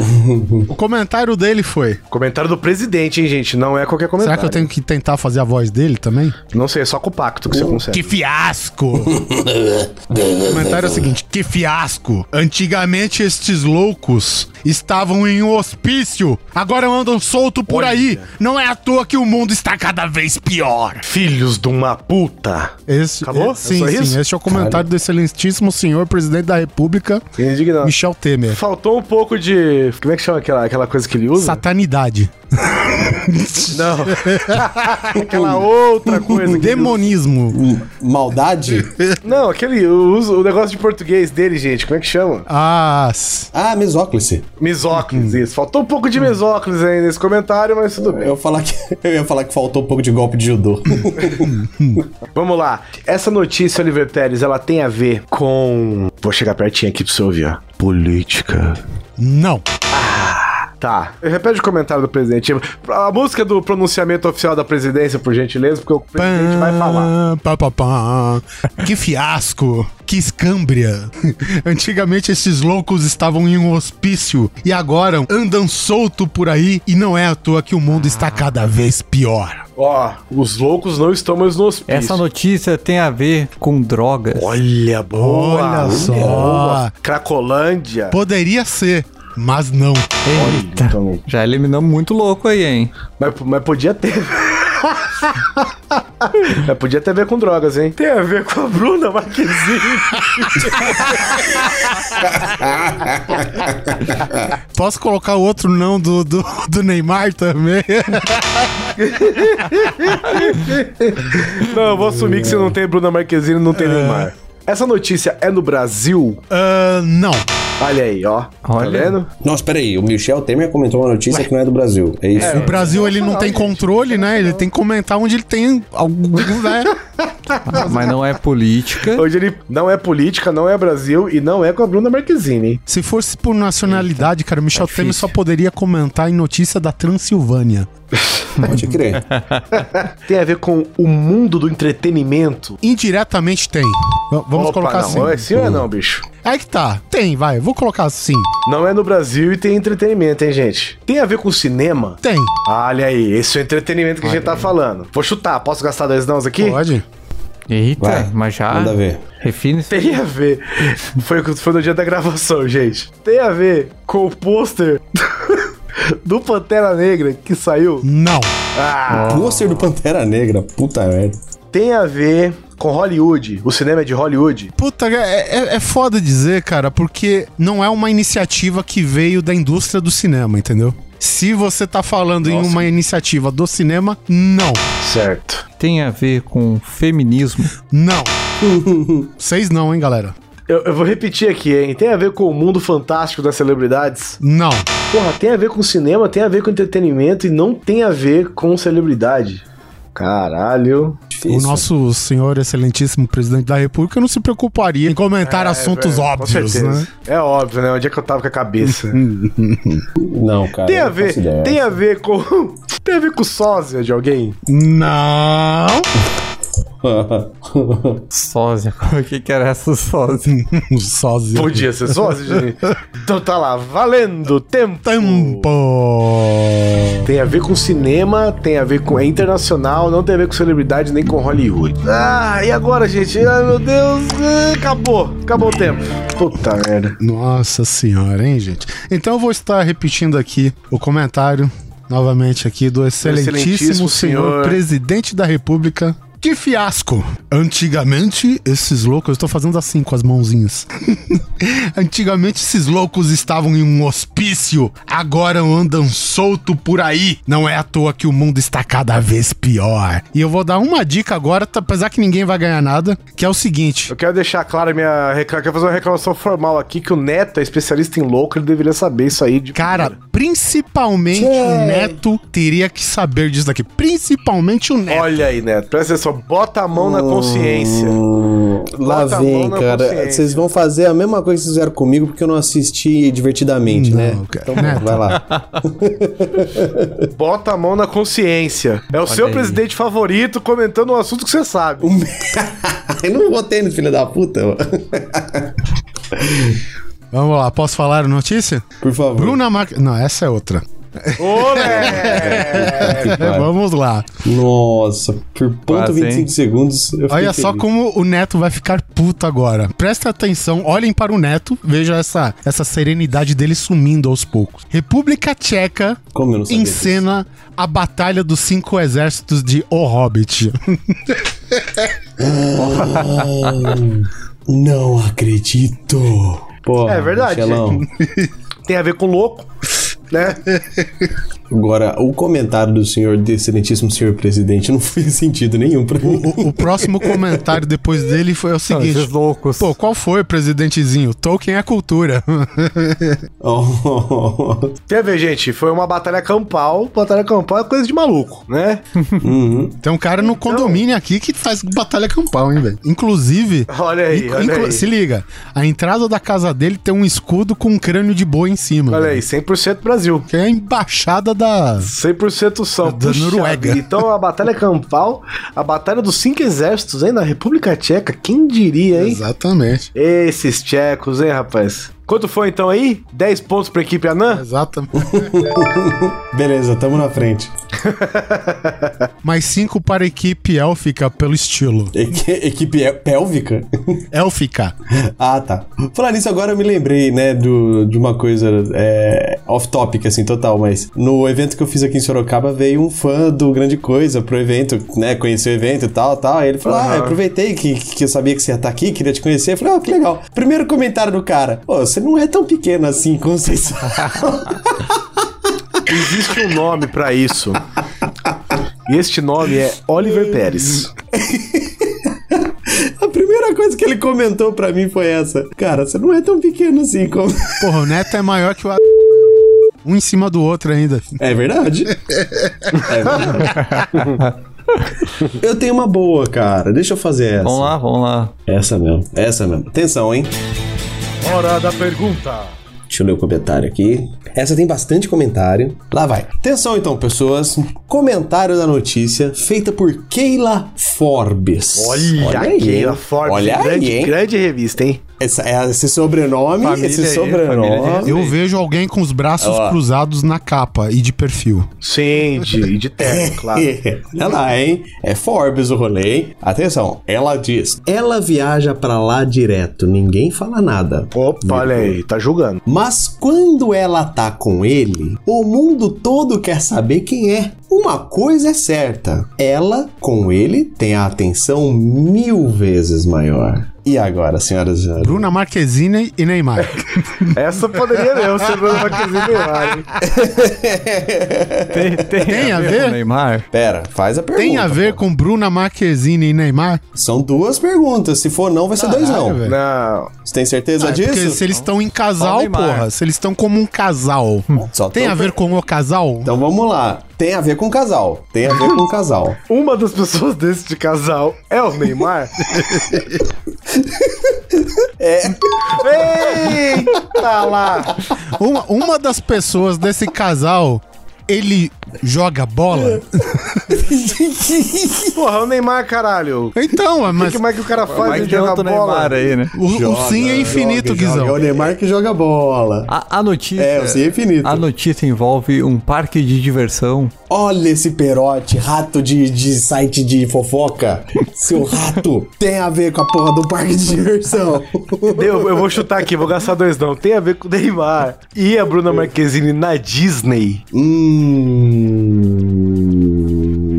O comentário dele foi: Comentário do presidente, hein, gente? Não é qualquer Será comentário. que eu tenho que tentar fazer a voz dele também? Não sei, é só com o pacto que você consegue. Que fiasco! o comentário é o seguinte: Que fiasco! Antigamente estes loucos estavam em um hospício, agora andam solto por aí. Não é à toa que o mundo está cada vez pior. Filhos de uma puta. Esse, Acabou? é- sim, É só sim. isso? Este é o comentário do excelentíssimo senhor presidente da República, Indignado. Michel Temer. Faltou um pouco de. Como é que chama aquela, aquela coisa que ele usa? Satanidade. Não. aquela outra coisa. que ele Demonismo. Hum, Maldade? usa. Não, aquele. O, uso- o negócio de português dele, gente. Como é que chama? Ah, ah, mesóclise. Misóclise, isso. Faltou um pouco de mesóclise aí nesse comentário, mas tudo bem. Eu, ia falar que, eu ia falar que faltou um pouco de golpe de judô. Vamos lá. Essa notícia, Oliver Pérez, ela tem a ver com. Vou chegar pertinho aqui pra você ouvir, ó. Política. não. Tá. Repete o comentário do presidente. A música do pronunciamento oficial da presidência, por gentileza, porque o presidente vai falar. Pá, pá, pá. Que fiasco, que escâmbria. Antigamente esses loucos estavam em um hospício e agora andam solto por aí e não é à toa que o mundo Ah. está cada vez pior. Ó, os loucos não estão mais no hospício. Essa notícia tem a ver com drogas. Olha, boa. Olha só. boa. Cracolândia. Poderia ser, mas não. Eita. Então, Já eliminamos muito louco aí, hein? mas, mas podia ter. mas podia ter a ver com drogas, hein? Tem a ver com a Bruna Marquezine. Posso colocar o outro não do, do, do Neymar também? não, eu vou assumir que se não tem Bruna Marquezine, não tem É. Neymar. Essa notícia é no Brasil? Ah, não. Olha aí, ó. Olha. Tá vendo? Nossa, peraí, o Michel Temer comentou uma notícia que não é do Brasil. É isso? O Brasil ele não tem controle, né? Ele tem que comentar onde ele tem algum, né? Mas não é política. Hoje ele não é política, não é Brasil e não é com a Bruna Marquezine. hein? Se fosse por nacionalidade, cara, o Michel Temer só difícil. poderia comentar em notícia da Transilvânia. Pode crer. Tem a ver com o mundo do entretenimento. Indiretamente tem. V- vamos Opa, colocar não, assim. É sim ou é não, bicho? Aí que tá. Tem, vai. Vou colocar assim. Não é no Brasil e tem entretenimento, hein, gente? Tem a ver com cinema? Tem. Olha aí, esse é o entretenimento que a gente tá falando. Vou chutar, posso gastar dois nãos aqui? Pode. Eita, Vai, é, mas já. manda ver. Refine se Tem a ver. Foi, foi no dia da gravação, gente. Tem a ver com o pôster do Pantera Negra que saiu. Não. Ah, Pôster do Pantera Negra, puta merda. tem a ver com Hollywood. O cinema é de Hollywood. Puta, é, é, é foda dizer, cara, porque não é uma iniciativa que veio da indústria do cinema, entendeu? Se você tá falando em uma iniciativa do cinema, não. Certo. Tem a ver com feminismo. Não. Vocês não, hein, galera? Eu, eu vou repetir aqui, hein? Tem a ver com o mundo fantástico das celebridades? Não. Porra, tem a ver com cinema, tem a ver com entretenimento e não tem a ver com celebridade. Caralho. O nosso senhor excelentíssimo presidente da república não se preocuparia em comentar assuntos óbvios, né? É óbvio, né? Onde é que eu tava com a cabeça? Não, cara. tem Hum, eu a não ver, faço ideia. tem a ver com. Tem a ver com sósia de alguém? Não. Sósia. O que, que era essa sósia? Sozinho. Podia ser é sósia, gente. Então tá lá, valendo, tempo. Tempo. Tem a ver com cinema, tem a ver com. É internacional, não tem a ver com celebridade nem com Hollywood. Ah, e agora, gente? Ai, meu Deus, ah, acabou. Acabou o tempo. Puta merda. Nossa senhora, hein, gente? Então eu vou estar repetindo aqui o comentário, novamente aqui, do excelentíssimo, excelentíssimo senhor, senhor. presidente da república. Que fiasco! Antigamente, esses loucos... Eu estou fazendo assim com as mãozinhas. Antigamente, esses loucos estavam em um hospício. Agora andam solto por aí. Não é à toa que o mundo está cada vez pior. E eu vou dar uma dica agora, tá- apesar que ninguém vai ganhar nada, que é o seguinte. Eu quero deixar claro a minha reclamação. Quero fazer uma reclamação formal aqui que o Neto é especialista em louco, ele deveria saber isso aí de. Cara, principalmente o Neto teria que saber disso daqui. Principalmente o Neto. Olha aí, Neto. Presta atenção, bota a mão na consciência. Hum, lá Bota a mão vem, na cara. consciência. Vocês vão fazer a mesma coisa que vocês fizeram comigo, porque eu não assisti divertidamente, Não, né? cara. Então, bom, vai lá. Bota a mão na consciência. É o seu aí. presidente favorito comentando um assunto que você sabe. eu não votei no filho da puta, mano. Vamos lá, posso falar a notícia? Por favor. Bruna Mar... Não, essa é outra. É, Ô, Neto! né? Que pariu. Vamos lá. Nossa, por ponto Quase, 25 hein? segundos. Eu Olha fiquei só feliz. como o Neto vai ficar puto agora. Presta atenção, olhem para o Neto, vejam essa, essa serenidade dele sumindo aos poucos. República Tcheca Como eu não sabia disso? encena a Batalha dos Cinco Exércitos de O Hobbit. Não acredito. Porra, É verdade, Michelão. Tem a ver com louco, né? Agora, o comentário do senhor, do excelentíssimo senhor presidente, não fez sentido nenhum pra mim. O, o próximo comentário depois dele foi o Não, seguinte. esses loucos. Pô, qual foi, presidentezinho? Tolkien é cultura. Oh. Tem a ver, gente. Foi uma batalha campal. Batalha campal é coisa de maluco, né? Uhum. Tem um cara Então- no condomínio aqui que faz batalha campal, hein, velho? Inclusive. Olha aí, inc- olha inclu- aí. Se liga, a entrada da casa dele tem um escudo com um crânio de boi em cima. Olha velho. aí, 100% Brasil. Que é a embaixada da. 100% são. É Da Noruega. Então a batalha campal, a batalha dos cinco exércitos, hein? Na República Tcheca. Quem diria, hein? Exatamente. Esses tchecos, hein, rapaz? Quanto foi então aí? 10 pontos pra equipe Anã? Exatamente. Beleza, tamo na frente. Mais cinco para a equipe élfica pelo estilo. Equi- equipe é- pélvica? Élfica. ah, tá. Falar nisso agora eu me lembrei, né, do, de uma coisa é, off-topic, assim, total, mas no evento que eu fiz aqui em Sorocaba veio um fã do Grande Coisa pro evento, né, conheceu o evento e tal, tal. Aí ele falou, ah, aproveitei que, que eu sabia que você ia estar aqui, queria te conhecer. Eu falei, ah, que legal. Primeiro comentário do cara, pô, você não é tão pequeno assim, Conceição. Existe um nome pra isso. E este nome é Oliver Pérez. A primeira coisa que ele comentou pra mim foi essa. Cara, você não é tão pequeno assim como... Porra, o neto é maior que o. a- Um em cima do outro ainda. É verdade. É verdade. Eu tenho uma boa, cara. Deixa eu fazer essa. Vamos lá, vamos lá. Essa mesmo. Essa mesmo. Atenção, hein? Hora da pergunta. Deixa eu ler o comentário aqui. Essa tem bastante comentário. Lá vai. Atenção então, pessoas. Comentário da notícia feita por Keila Forbes. Olha, aí, a hein? Forbes, Olha grande, aí, hein? grande revista, hein? Essa- é esse sobrenome, Família esse aí, família sobrenome. de- Eu vejo alguém com os braços Ó. cruzados na capa e de perfil. Sim, de, de terno, claro. Olha lá, hein? É Forbes o rolê, hein? Atenção, ela diz: ela viaja pra lá direto, ninguém fala nada. Opa, olha aí, tá julgando. Mas quando ela tá com ele, o mundo todo quer saber quem é. Uma coisa é certa: ela, com ele, tem a atenção mil vezes maior. E agora, senhoras e senhores? Bruna Marquezine e Neymar. Essa poderia mesmo ser Bruna Marquezine Neymar, hein? Tem, tem, Tem a ver? com Neymar? Pera, faz a pergunta. Tem a ver pô. com Bruna Marquezine e Neymar? São duas perguntas. Se for não, vai ser dois Caralho, não. velho. Não. Você tem certeza Ah, é disso? Porque se eles estão em Só o casal, Neymar. porra. Se eles estão como um casal. Só Tem tão a ver com o casal? Então vamos lá. Tem a ver com casal. Tem a ver com casal. Uma das pessoas desse de casal é o Neymar? é. Eita lá! Uma, uma das pessoas desse casal, ele joga bola? Porra, o Neymar, caralho. Então, O mas que mais que o cara faz? Mas Ele tem joga outro bola. Neymar aí, né? o, o sim é infinito, joga, Guizão. É o Neymar que joga bola. A, a notícia. É, o sim é infinito. A notícia envolve um parque de diversão. Olha esse perote, rato de, de site de fofoca. Seu rato tem a ver com a porra do parque de diversão. Deu, eu vou chutar aqui, vou gastar dois não. Tem a ver com o Neymar e a Bruna Marquezine na Disney. Hum.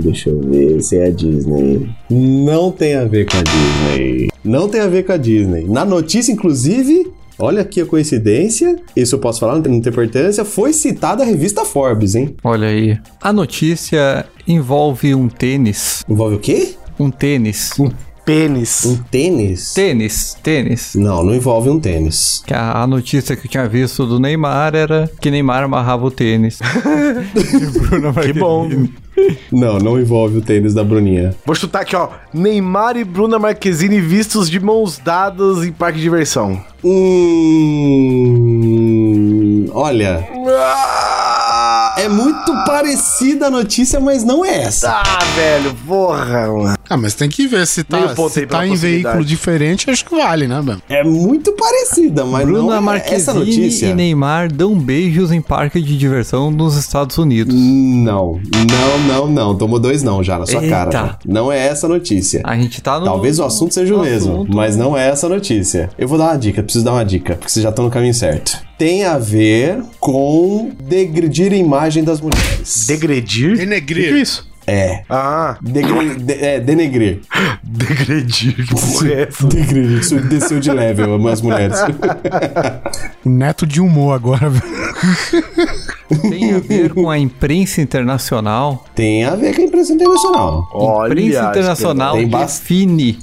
Deixa eu ver se é a Disney. Não tem a ver com a Disney. Não tem a ver com a Disney. Na notícia, inclusive, olha aqui a coincidência. Isso eu posso falar, não tem muita importância. Foi citada a revista Forbes, hein? Olha aí. A notícia envolve um tênis. Envolve o quê? Um tênis. Pênis. Um tênis? Tênis, tênis. Não, não envolve um tênis. Que a, a notícia que eu tinha visto do Neymar era que Neymar amarrava o tênis. Que bom. Não, não envolve o tênis da Bruninha. Vou chutar aqui, ó. Neymar e Bruna Marquezine vistos de mãos dadas em parque de diversão. Hum. Olha. É muito parecida a notícia, mas não é essa. Ah, velho, porra, mano. Ah, mas tem que ver se tá, Meio ponto se aí pela tá em possibilidade. veículo diferente, acho que vale, né, mano? É muito parecida, mas não Bruna é essa Marquezine notícia. e Neymar dão beijos em parque de diversão nos Estados Unidos. Não, não, não, não. Tomou dois não já na sua Eita. cara. Não é essa notícia. A gente tá no. Talvez o assunto seja o no mesmo, assunto. mas não é essa a notícia. Eu vou dar uma dica, preciso dar uma dica, porque vocês já estão no caminho certo. Tem a ver com degredir a imagem das mulheres. Degredir? Denegrir. O que é isso? É. Ah, Degre... de- é, denegrir. degredir. Que porra é essa? Degredir. Isso desceu de level, amo as mulheres. O neto de humor agora, velho. Tem a ver com a imprensa internacional. Tem a ver com a imprensa internacional. Olha, é imprensa internacional tem bas- define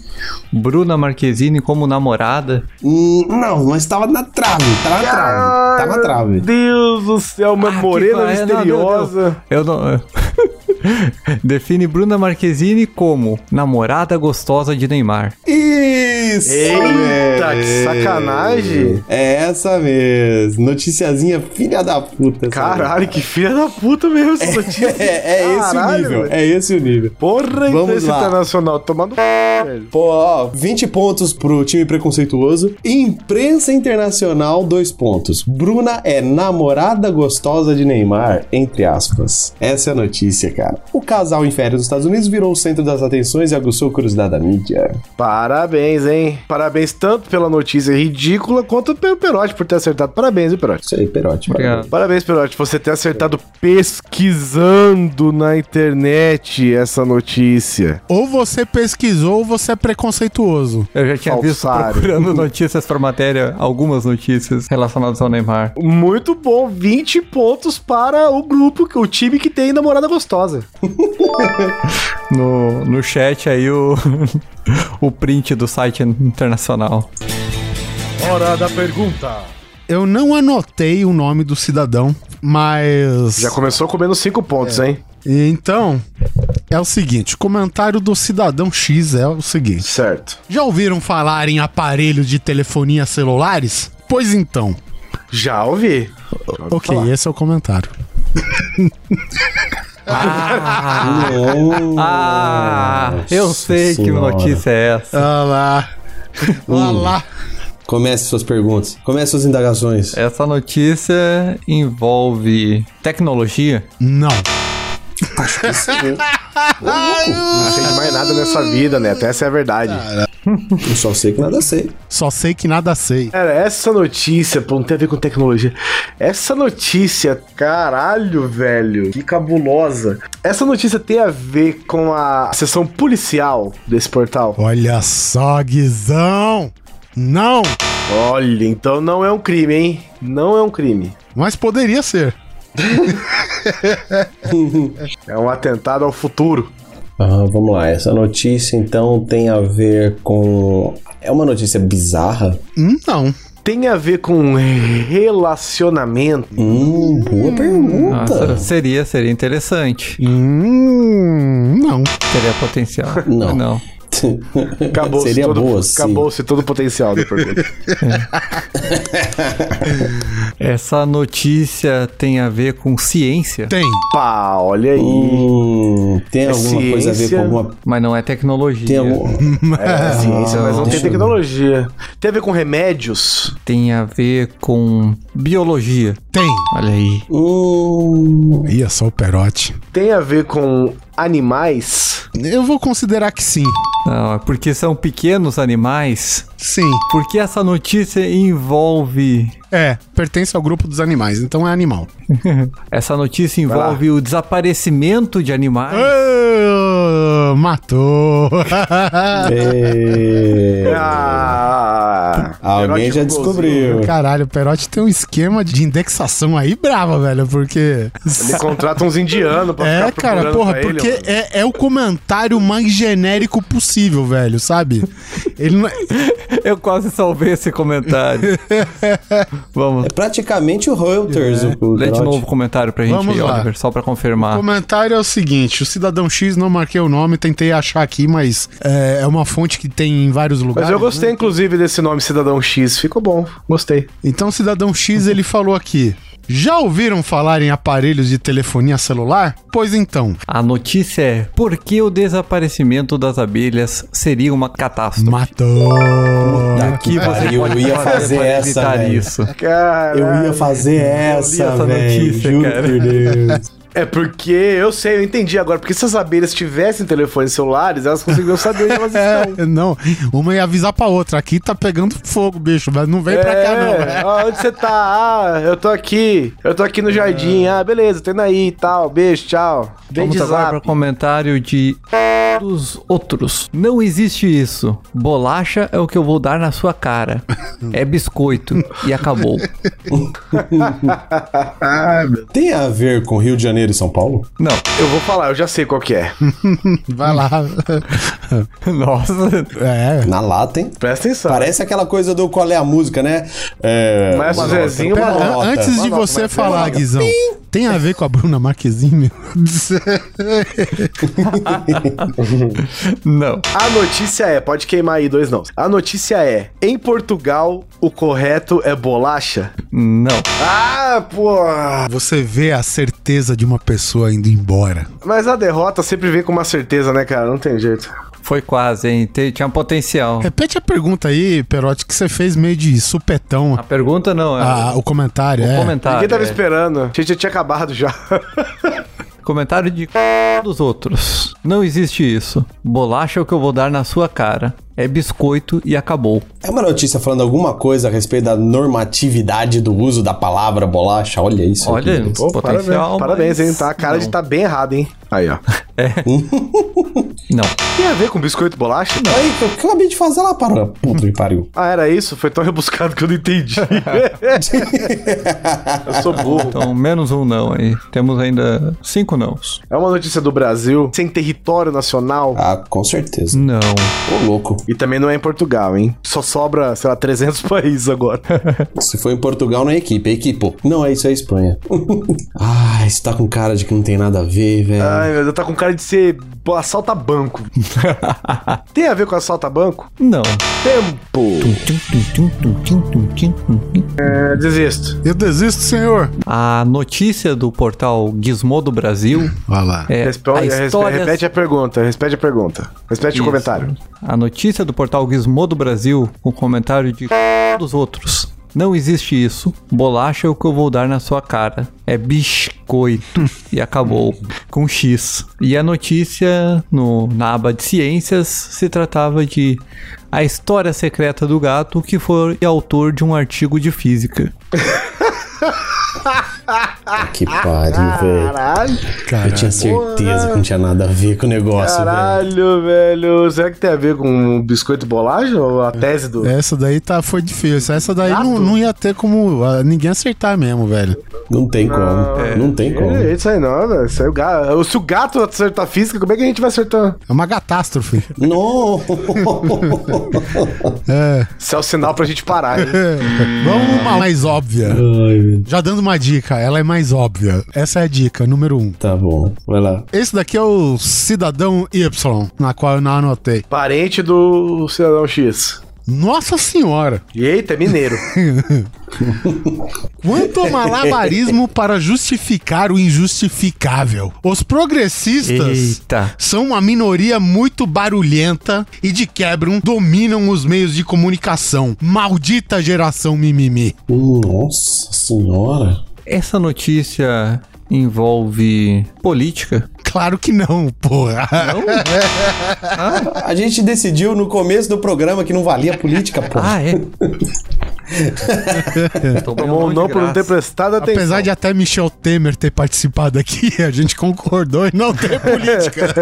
Bruna Marquezine como namorada. Hum, não, mas tava na trave. Tá na trave. Tá na trave. Meu Deus do céu, uma Ah, que morena vai- não, misteriosa. Eu não. eu- Define Bruna Marquezine como namorada gostosa de Neymar. Isso! Eita, que sacanagem. É essa mesmo. Noticiazinha filha da puta. essa Caralho, que filha da puta mesmo essa notícia. mesmo. É, é esse o Caralho, nível. velho. É esse o nível. Porra, Vamos imprensa lá. internacional, tomando velho. Pô, ó, 20 pontos pro time preconceituoso. Imprensa internacional, dois pontos. Bruna é namorada gostosa de Neymar, entre aspas. Essa é a notícia, cara. O casal em férias nos Estados Unidos virou o centro das atenções e aguçou a curiosidade da mídia. Parabéns, hein? Parabéns tanto pela notícia ridícula quanto pelo Perotti por ter acertado. Parabéns, viu, Perotti? Isso aí, Perotti. Obrigado. Parabéns, Perotti, por você ter acertado pesquisando na internet essa notícia. Ou você pesquisou ou você é preconceituoso. Eu já tinha Falsário. visto procurando notícias pra matéria, algumas notícias relacionadas ao Neymar. Muito bom, 20 pontos para o grupo, o time que tem namorada gostosa. No, no chat aí o, o print do site internacional. Hora da pergunta. Eu não anotei o nome do cidadão, mas. Já começou comendo 5 pontos, hein? Então, é o seguinte: o comentário do cidadão X é o seguinte. Certo. Já ouviram falar em aparelho de telefonia celulares? Pois então. Já ouvi. Ok, esse é o comentário. Hum. Ah, eu sei que Senhora. notícia é essa. Olha lá. Olha lá. Comece suas perguntas. Comece suas indagações. Essa notícia envolve tecnologia. Não. Não sei de mais nada nessa vida, né? Até essa é a verdade. Eu só sei que nada sei. Só sei que nada sei. Cara, essa notícia, pô, não tem a ver com tecnologia. Essa notícia, caralho, velho, que cabulosa. Essa notícia tem a ver com a sessão policial desse portal. Olha só, Guizão! Não! Olha, então não é um crime, hein? Não é um crime. Mas poderia ser. É um atentado ao futuro. Ah, vamos lá, essa notícia então tem a ver com. É uma notícia bizarra? Hum, Não. Tem a ver com relacionamento. Hum, boa pergunta. Nossa, seria, seria interessante. Hum, não. Teria potencial. Não. Não. Acabou-se Seria todo, boa, sim. acabou-se todo o potencial da pergunta. Essa notícia tem a ver com ciência, Tem. Pá, olha aí. Hum, tem alguma coisa a ver com ciência? alguma. mas não é tecnologia. Tem algum... Ah, É ciência, mas não tem deixa eu ver. tecnologia. Tem a ver com remédios? Tem a ver com biologia. Tem. Olha aí. Hum, Ih, é só o perote. Tem a ver com animais? Eu vou considerar que sim. Não, é porque são pequenos animais. Sim. Porque essa notícia envolve. É, pertence ao grupo dos animais, então é animal. Essa lá. notícia envolve o desaparecimento de animais. Ah, matou. é... Ah, Alguém erótico já descobriu. Caralho, o Perote tem um esquema de indexação aí brava, velho, porque. golzinho. Ele contrata uns indianos pra É, ficar procurando cara, porra, pra ele, porque mano. é, é o comentário mais genérico possível, velho, sabe? Ele não. é- Eu quase salvei esse comentário. Vamos. É praticamente o Reuters. o- o É. Lê de trote. novo o comentário pra gente Vamos aí, lá. Oliver, só pra Ah. confirmar. O comentário é o seguinte: o Cidadão X não marquei o nome, tentei achar aqui, mas é, é uma fonte que tem em vários lugares. Mas eu gostei, inclusive, desse nome Cidadão X. Ficou bom. Gostei. Então, o Cidadão X ele falou aqui. Já ouviram falar em aparelhos de telefonia celular? Pois então, A notícia é: por que o desaparecimento das abelhas seria uma catástrofe? matou. O que Cara, Ah, você eu pode ia fazer para essa, evitar velho. isso? Cara, Eu ia fazer essa, essa velho. notícia, Juro cara. por Deus. é porque eu sei, eu entendi agora. Porque se as abelhas tivessem telefones celulares, elas conseguiriam saber onde elas É, estão. Não, uma ia avisar pra outra. Aqui tá pegando fogo, bicho, mas não vem pra cá, não. né? É, velho. ó, onde você tá? Ah, eu tô aqui. Eu tô aqui no jardim. É. Ah, beleza, tô indo aí e tal. Beijo, tchau. Vem Vamos de agora para o zap. comentário de dos outros. Não existe isso. Bolacha é o que eu vou dar na sua cara. É biscoito e acabou. Tem a ver com Rio de Janeiro e São Paulo? Não. Eu vou falar, eu já sei qual que é. Vai lá. Nossa. É. Na lata, hein? Presta atenção. Parece aquela coisa do qual é a música, né? É... Mas o Zezinho uma Pera, Uma nota. an- antes de uma nota, você mas é falar, uma nota. Guizão, tem a ver com a Bruna Marquezine? meu? Não. A notícia é, pode queimar aí dois não. A notícia é, em Portugal, o correto é bolacha. Não. Ah, porra! Você vê a certeza de uma pessoa indo embora. Mas a derrota sempre vem com uma certeza, né, cara? Não tem jeito. Foi quase, hein? Te- Tinha um potencial. Repete a pergunta aí, Perotti, que você fez meio de supetão. A pergunta não é. Ah, o comentário, o é. comentário. Ninguém tava é. esperando. A gente já tinha acabado já. Comentário de dos outros. Não existe isso. Bolacha é o que eu vou dar na sua cara. É biscoito e acabou. É uma notícia falando alguma coisa a respeito da normatividade do uso da palavra bolacha? Olha isso. Olha, aqui. esse potencial. parabéns, parabéns, mas hein? Tá a cara não. de tá bem errado, hein? Aí, ó. Não. Tem a ver com biscoito bolacha? Não. Aí, que eu acabei de fazer lá, para Puta que pariu. Ah, era isso? Foi tão rebuscado que eu não entendi. eu sou burro. Então, menos um não aí. Temos ainda cinco nãos. É uma notícia do Brasil, sem território nacional. Ah, com certeza. Não. Ô, louco. E também não é em Portugal, hein? Só sobra, sei lá, 300 países agora. É. Se foi em Portugal, não é equipe, é equipo. Não, é isso, é Espanha. ah, isso tá com cara de que não tem nada a ver, velho. Ai, meu Deus, tá com cara de ser bo- assalta banco. Tem a ver com assalta banco? Não. Tempo. É, desisto. Eu desisto, senhor. A notícia do portal Gizmodo Brasil Vai lá. é Responde, a respe- história... é Repete a pergunta, repete a pergunta. Repete Isso. o comentário. A notícia do portal Gizmodo Brasil com comentário de dos outros. Não existe isso. Bolacha é o que eu vou dar na sua cara. É biscoito. e acabou. Com X. E a notícia no, na aba de ciências se tratava de a história secreta do gato que foi autor de um artigo de física. Que pariu, velho. Caralho, Eu tinha certeza que não tinha nada a ver com o negócio, velho. caralho, velho. Será que tem a ver com biscoito e bolacha? Ou a tese do. É. Essa daí tá, foi difícil. Essa daí não, não ia ter como ah, ninguém acertar mesmo, velho. Não tem como. não tem como. É, isso aí não, velho. Isso aí o gato- Se o gato acertar física, como é que a gente vai acertar? É uma catástrofe. Não! É. Isso é o sinal pra gente parar, hein? Vamos uma mais óbvia. Já dando uma dica, ela é mais óbvia. Essa é a dica, número um. tá bom, vai lá. Esse daqui é o Cidadão Y, na qual eu não anotei. Parente do cidadão X. Nossa senhora! Eita, é mineiro. Quanto malabarismo para justificar o injustificável. Os progressistas Eita. são uma minoria muito barulhenta e de quebram dominam os meios de comunicação. Maldita geração mimimi. Nossa senhora! Essa notícia envolve política? Claro que não, porra. A gente decidiu no começo do programa que não valia política, pô. Ah, é? Tomou um não por não ter prestado atenção. Apesar de até Michel Temer ter participado aqui, a gente concordou em não ter política.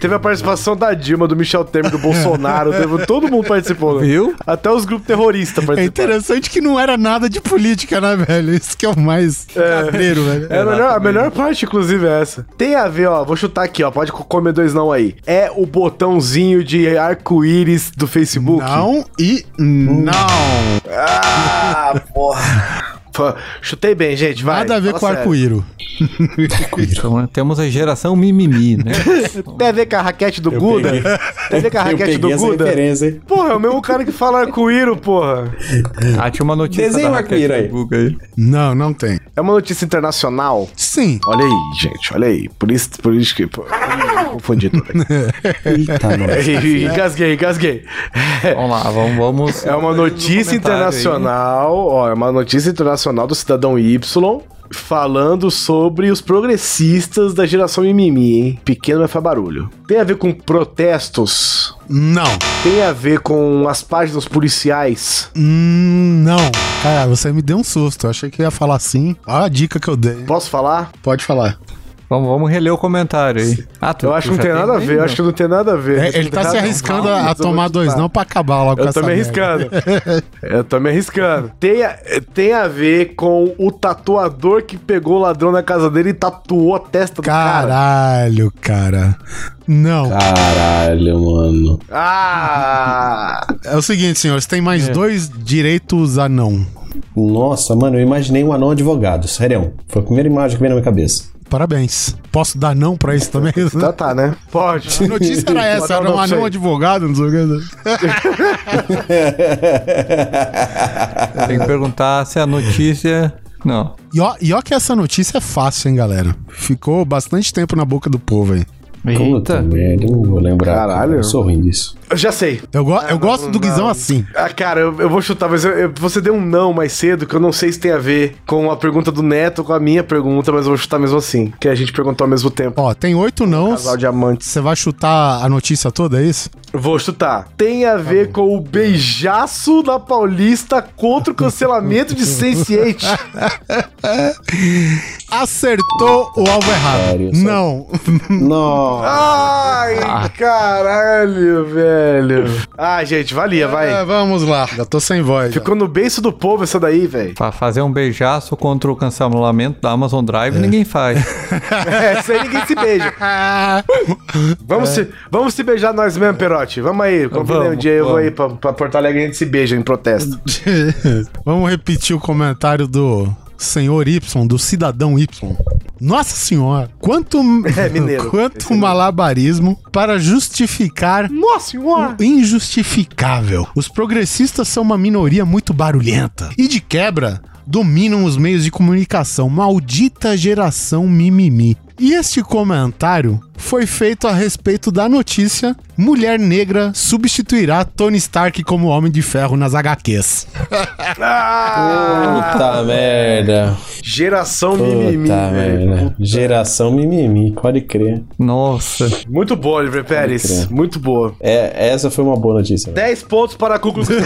Teve a participação da Dilma, do Michel Temer, do Bolsonaro. teve- Todo mundo participou, né? Viu? Até os grupos terroristas É participaram. interessante que não era nada de política, né, velho? Isso que é o mais cabreiro, velho. É a melhor, a melhor parte, inclusive, é essa. Tem a ver, ó. Vou chutar aqui, ó. Pode co- comer dois não aí. É o botãozinho de arco-íris do Facebook. Não e não. Ah, porra. Fa- Chutei bem, gente. Vai, Nada a ver fala com sério. arco-íro. Então, temos a geração mimimi, né? Tem a ver com a raquete do Guda? peguei. Tem a ver com a Eu raquete peguei do essa Guda? referência, hein? Porra, é o mesmo cara que fala arco-íro, porra. Ah, tinha uma notícia Desenha da um raquete arco-íris aí. do Google aí. Não, não tem. É uma notícia internacional. Sim. Olha aí, gente, olha aí. Por isso, por isso que. Por... Confundi tudo. Eita, É nós. né? engasguei, engasguei. Vamos lá, vamos... vamos É uma notícia comentário aí. internacional, ó, é uma notícia internacional do cidadão Y falando sobre os progressistas da geração mimimi, hein? Pequeno mas faz barulho. Tem a ver com protestos, Não. tem a ver com as páginas policiais. Hum, não. Cara, você me deu um susto. Eu achei que eu ia falar sim. Olha a dica que eu dei. Posso falar? Pode falar. Vamos, vamos reler o comentário aí. Ah, tu, Eu acho tu que não já tem nada a ver, eu acho que não tem nada a ver. É, Acho que ele não tem tá se nada ver. arriscando Não, a mas eu vou tomar dois chutar. não pra acabar logo Eu essa tô me merda. arriscando. Eu tô me arriscando. Tem a, tem a ver com o tatuador que pegou o ladrão na casa dele e tatuou a testa do cara. Caralho, cara. Não. Caralho, mano. Ah! É o seguinte, senhores, tem mais dois direitos a não. Nossa, mano, eu imaginei um anão advogado, sério. Foi a primeira imagem que veio na minha cabeça. Parabéns. Posso dar não pra isso também? Tá, tá, né? Pode. A notícia era essa, Bota era não um pra anão você. advogado, não sei o que. Tem que perguntar se a notícia... Não. E ó, e ó que essa notícia é fácil, hein, galera. Ficou bastante tempo na boca do povo, hein. Puta merda, eu não vou lembrar. Caralho. Eu sou ruim disso. Eu já sei. Eu, go- eu gosto do Guizão assim. Ah, cara, eu, eu vou chutar, mas eu- eu- você deu um não mais cedo que eu não sei se tem a ver com a pergunta do Neto, com a minha pergunta, mas eu vou chutar mesmo assim, que a gente perguntou ao mesmo tempo. Ó, tem oito nãos. Um Casal de amantes. Você vai chutar a notícia toda, é isso? Vou chutar. Tem a ver com o beijaço da Paulista contra o cancelamento de Sense8. Acertou o alvo errado. Sério, sério. não. Hum. Nossa. Ai, caralho, velho. Ah, gente, valia, É, vai. vamos lá. Já tô sem voz. já. Ficou no beiço do povo essa daí, velho. Pra fazer um beijaço contra o cancelamento da Amazon Drive, ninguém faz. Essa É, aí ninguém se beija. Ah, Vamos, se, vamos se beijar nós mesmo, Perotti. Vamos aí. Combinei um Vamos, dia, eu vou vamos. aí pra, pra Porto Alegre e a gente se beija em protesto. vamos repetir o comentário do senhor Y, do cidadão Y. Nossa senhora, quanto, É, mineiro. Esse é quanto mineiro. malabarismo para justificar Nossa senhora! o injustificável. Os progressistas são uma minoria muito barulhenta e de quebra dominam os meios de comunicação. Maldita geração mimimi. E este comentário foi feito a respeito da notícia: mulher negra substituirá Tony Stark como Homem de Ferro nas HQs. Puta merda. Geração mimimi, Puta velho. merda. Geração mimimi, pode crer. Nossa. Muito boa, Oliver Pérez. crer. Muito boa. É, essa foi uma boa notícia. velho. 10 pontos para a Ku Klux Klan.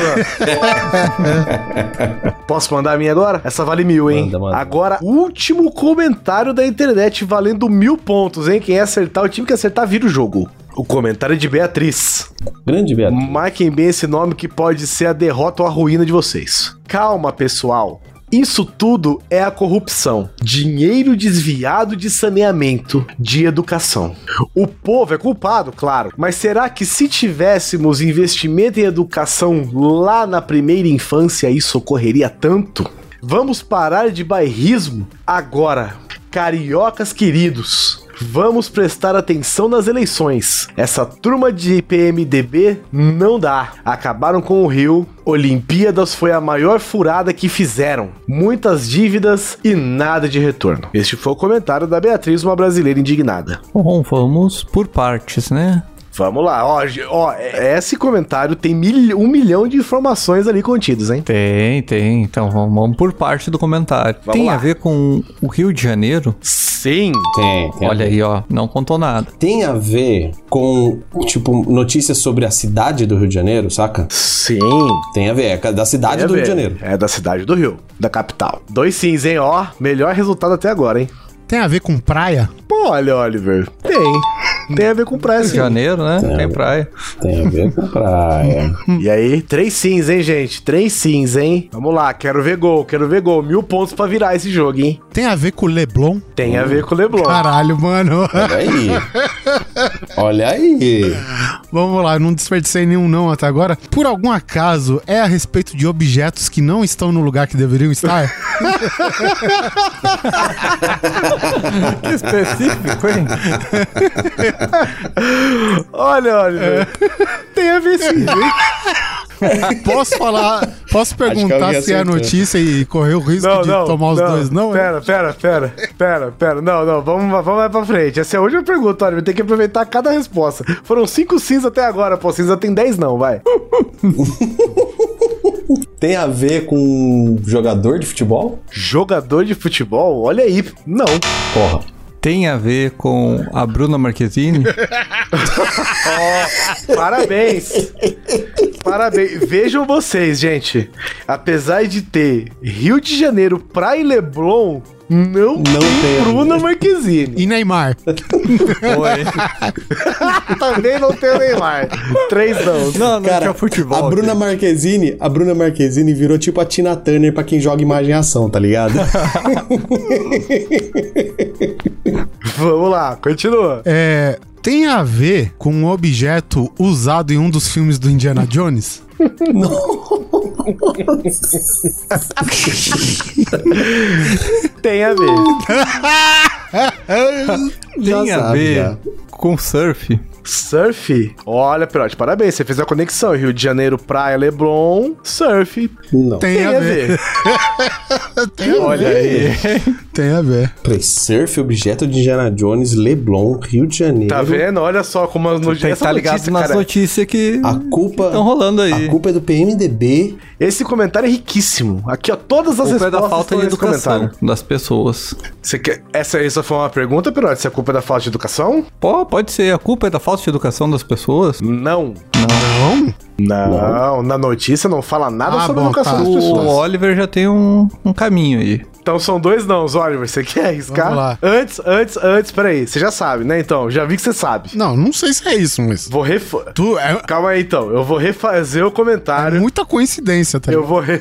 Posso mandar a minha agora? Essa vale mil, hein? Manda, manda. Agora, último comentário da internet valendo mil pontos, hein? Quem acertar, o time que acertar vira o jogo. O comentário é de Beatriz. Grande Beto. Marquem bem esse nome que pode ser a derrota ou a ruína de vocês. Calma, pessoal. Isso tudo é a corrupção. Dinheiro desviado de saneamento, de educação. O povo é culpado, claro, mas será que se tivéssemos investimento em educação lá na primeira infância, isso ocorreria tanto? Vamos parar de bairrismo agora. Cariocas queridos, vamos prestar atenção nas eleições. Essa turma de PMDB não dá. Acabaram com o Rio. Olimpíadas foi a maior furada que fizeram. Muitas dívidas e nada de retorno. Este foi o comentário da Beatriz, uma brasileira indignada. Bom, vamos por partes, né? Vamos lá, ó, ge- ó esse comentário tem mil- um milhão de informações ali contidas, hein? Tem, tem. Então vamos, vamos por parte do comentário. Vamos tem lá. a ver com o Rio de Janeiro? Sim. Tem, tem. Olha aí, ó. Não contou nada. Tem a ver com, tipo, notícias sobre a cidade do Rio de Janeiro, saca? Sim. Tem a ver, é da cidade É, do Rio de velho. Janeiro. É da cidade do Rio, da capital. Dois sims, hein? Ó, melhor resultado até agora, hein? Tem a ver com praia? Pô, olha, Oliver. Tem. Tem a ver com praia, Rio de sim. Janeiro, né? Tem praia. Tem a ver com praia. E aí, três sims, hein, gente? Três sims, hein? Vamos lá, quero ver gol, quero ver gol. Mil pontos pra virar esse jogo, hein? Tem a ver com Leblon? Tem a ver com o Leblon. Caralho, mano. Olha aí. Olha aí. Vamos lá, eu não desperdicei nenhum não até agora. Por algum acaso, é a respeito de objetos que não estão no lugar que deveriam estar? Que específico, hein? Olha, É. Oliver. Tem a ver sim, hein? Posso falar, posso perguntar alguém se é a acertou. notícia e correr o risco Não, de não. tomar os não. dois, não? é? Pera, pera, pera. Pera, pera. Não, não. Vamos, vamos mais pra frente. Essa é a última pergunta, Oliver. Tem que aproveitar cada resposta. Foram cinco sims até agora, pô. Cinza tem dez, não, vai. Tem a ver com jogador de futebol? Jogador de futebol? Olha aí. Não. Porra. Tem a ver com a Bruna Marquezine? Parabéns! Parabéns. Vejam vocês, gente. Apesar de ter Rio de Janeiro, Praia e Leblon, não, tem, tem. Bruna Marquezine. E Neymar? Oi. Também não tem o Neymar. Três não. Não, não Cara, tinha é futebol. a Bruna aqui. Marquezine, a Bruna Marquezine virou tipo a Tina Turner pra quem joga imagem e ação, tá ligado? Vamos lá, continua. É, tem a ver com um objeto usado em um dos filmes do Indiana Jones? Tem a ver. Tem já a sabe, ver já. com surf? Surf? Olha, Pirote, parabéns. Você fez a conexão. Rio de Janeiro, Praia, Leblon, surf. Não. Tem, a, ver. Olha aí. Tem a ver. Play surf, objeto de Indiana Jones, Leblon, Rio de Janeiro. Tá vendo? Olha só como as Tem que notícias. estar Tá ligado nas notícias que A culpa. estão rolando aí. A culpa é do PMDB. Esse comentário é riquíssimo. Aqui, ó, todas as A culpa é respostas da falta estão de nesse educação das pessoas. Você quer... Essa aí só foi uma pergunta, Pirote? Se a culpa é da falta de educação? Pô, pode ser. A culpa é da falta de educação das pessoas? Não. Não? Não, na notícia não fala nada Ah, sobre a bom, educação tá. das O pessoas. Oliver já tem um, um caminho aí. Então são dois não, Oliver. Você quer arriscar? Vamos lá. Antes, antes, antes, peraí. Você já sabe, né? Então, já vi que você sabe. Não, não sei se é isso, mas... Vou refa... Tu, é, Calma aí, então. Eu vou refazer o é comentário. muita coincidência, tá Eu ligado? vou, re-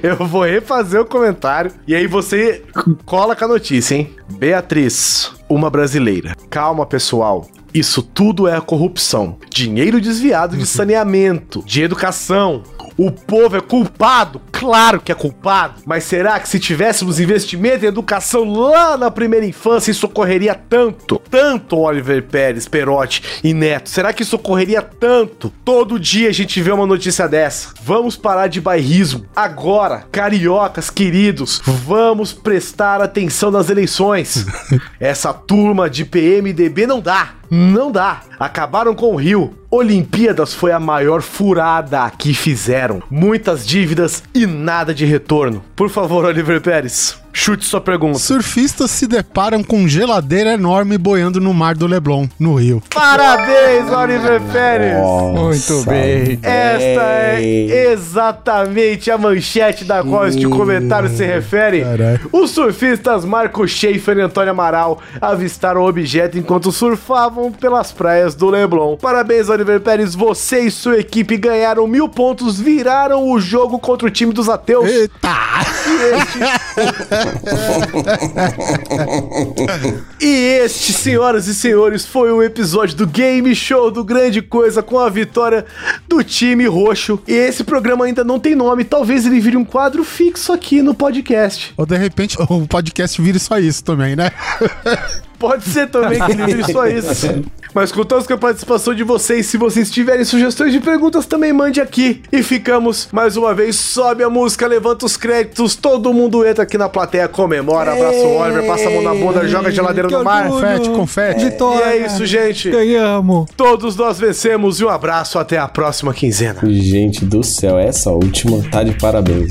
eu vou refazer o comentário e aí você cola com a notícia, hein? Beatriz, uma brasileira. Calma, pessoal. Isso tudo é a corrupção. Dinheiro desviado de saneamento, de educação. O povo é culpado, claro que é culpado. Mas será que se tivéssemos investimento em educação lá na primeira infância, isso ocorreria tanto? Tanto, Oliver Pérez, Perotti e Neto. Será que isso ocorreria tanto? Todo dia a gente vê uma notícia dessa. Vamos parar de bairrismo. Agora, cariocas queridos, vamos prestar atenção nas eleições. Essa turma de PMDB não dá. Não dá. Acabaram com o Rio. Olimpíadas foi a maior furada que fizeram. Muitas dívidas e nada de retorno. Por favor, Oliver Pérez, chute sua pergunta. Surfistas se deparam com geladeira enorme boiando no mar do Leblon, no Rio. Parabéns, Oliver Pérez! Muito Nossa, bem. Esta é exatamente a manchete da qual este comentário se refere. Caralho. Os surfistas Marco Schaefer e Antônio Amaral avistaram o objeto enquanto surfavam pelas praias do Leblon. Parabéns, Oliver Pérez. Você e sua equipe ganharam mil pontos, viraram o jogo contra o time dos ateus. Eita! E este, senhoras e senhores, foi um episódio do Game Show do Grande Coisa com a vitória do time roxo. E esse programa ainda não tem nome, talvez ele vire um quadro fixo aqui no podcast. Ou de repente o podcast vira só isso também, né? Pode ser também que ele vire só isso. Mas contamos com a participação de vocês. Se vocês tiverem sugestões de perguntas, também mande aqui. E ficamos mais uma vez. Sobe a música, levanta os créditos. Todo mundo entra aqui na plateia, comemora. Abraça o Oliver, passa a mão na bunda, joga a geladeira Que no mar. orgulho. Confete, confete. E Vitória. é isso, gente. Ganhamos. Todos nós vencemos e um abraço até a próxima quinzena. Gente do céu, essa última tá de parabéns.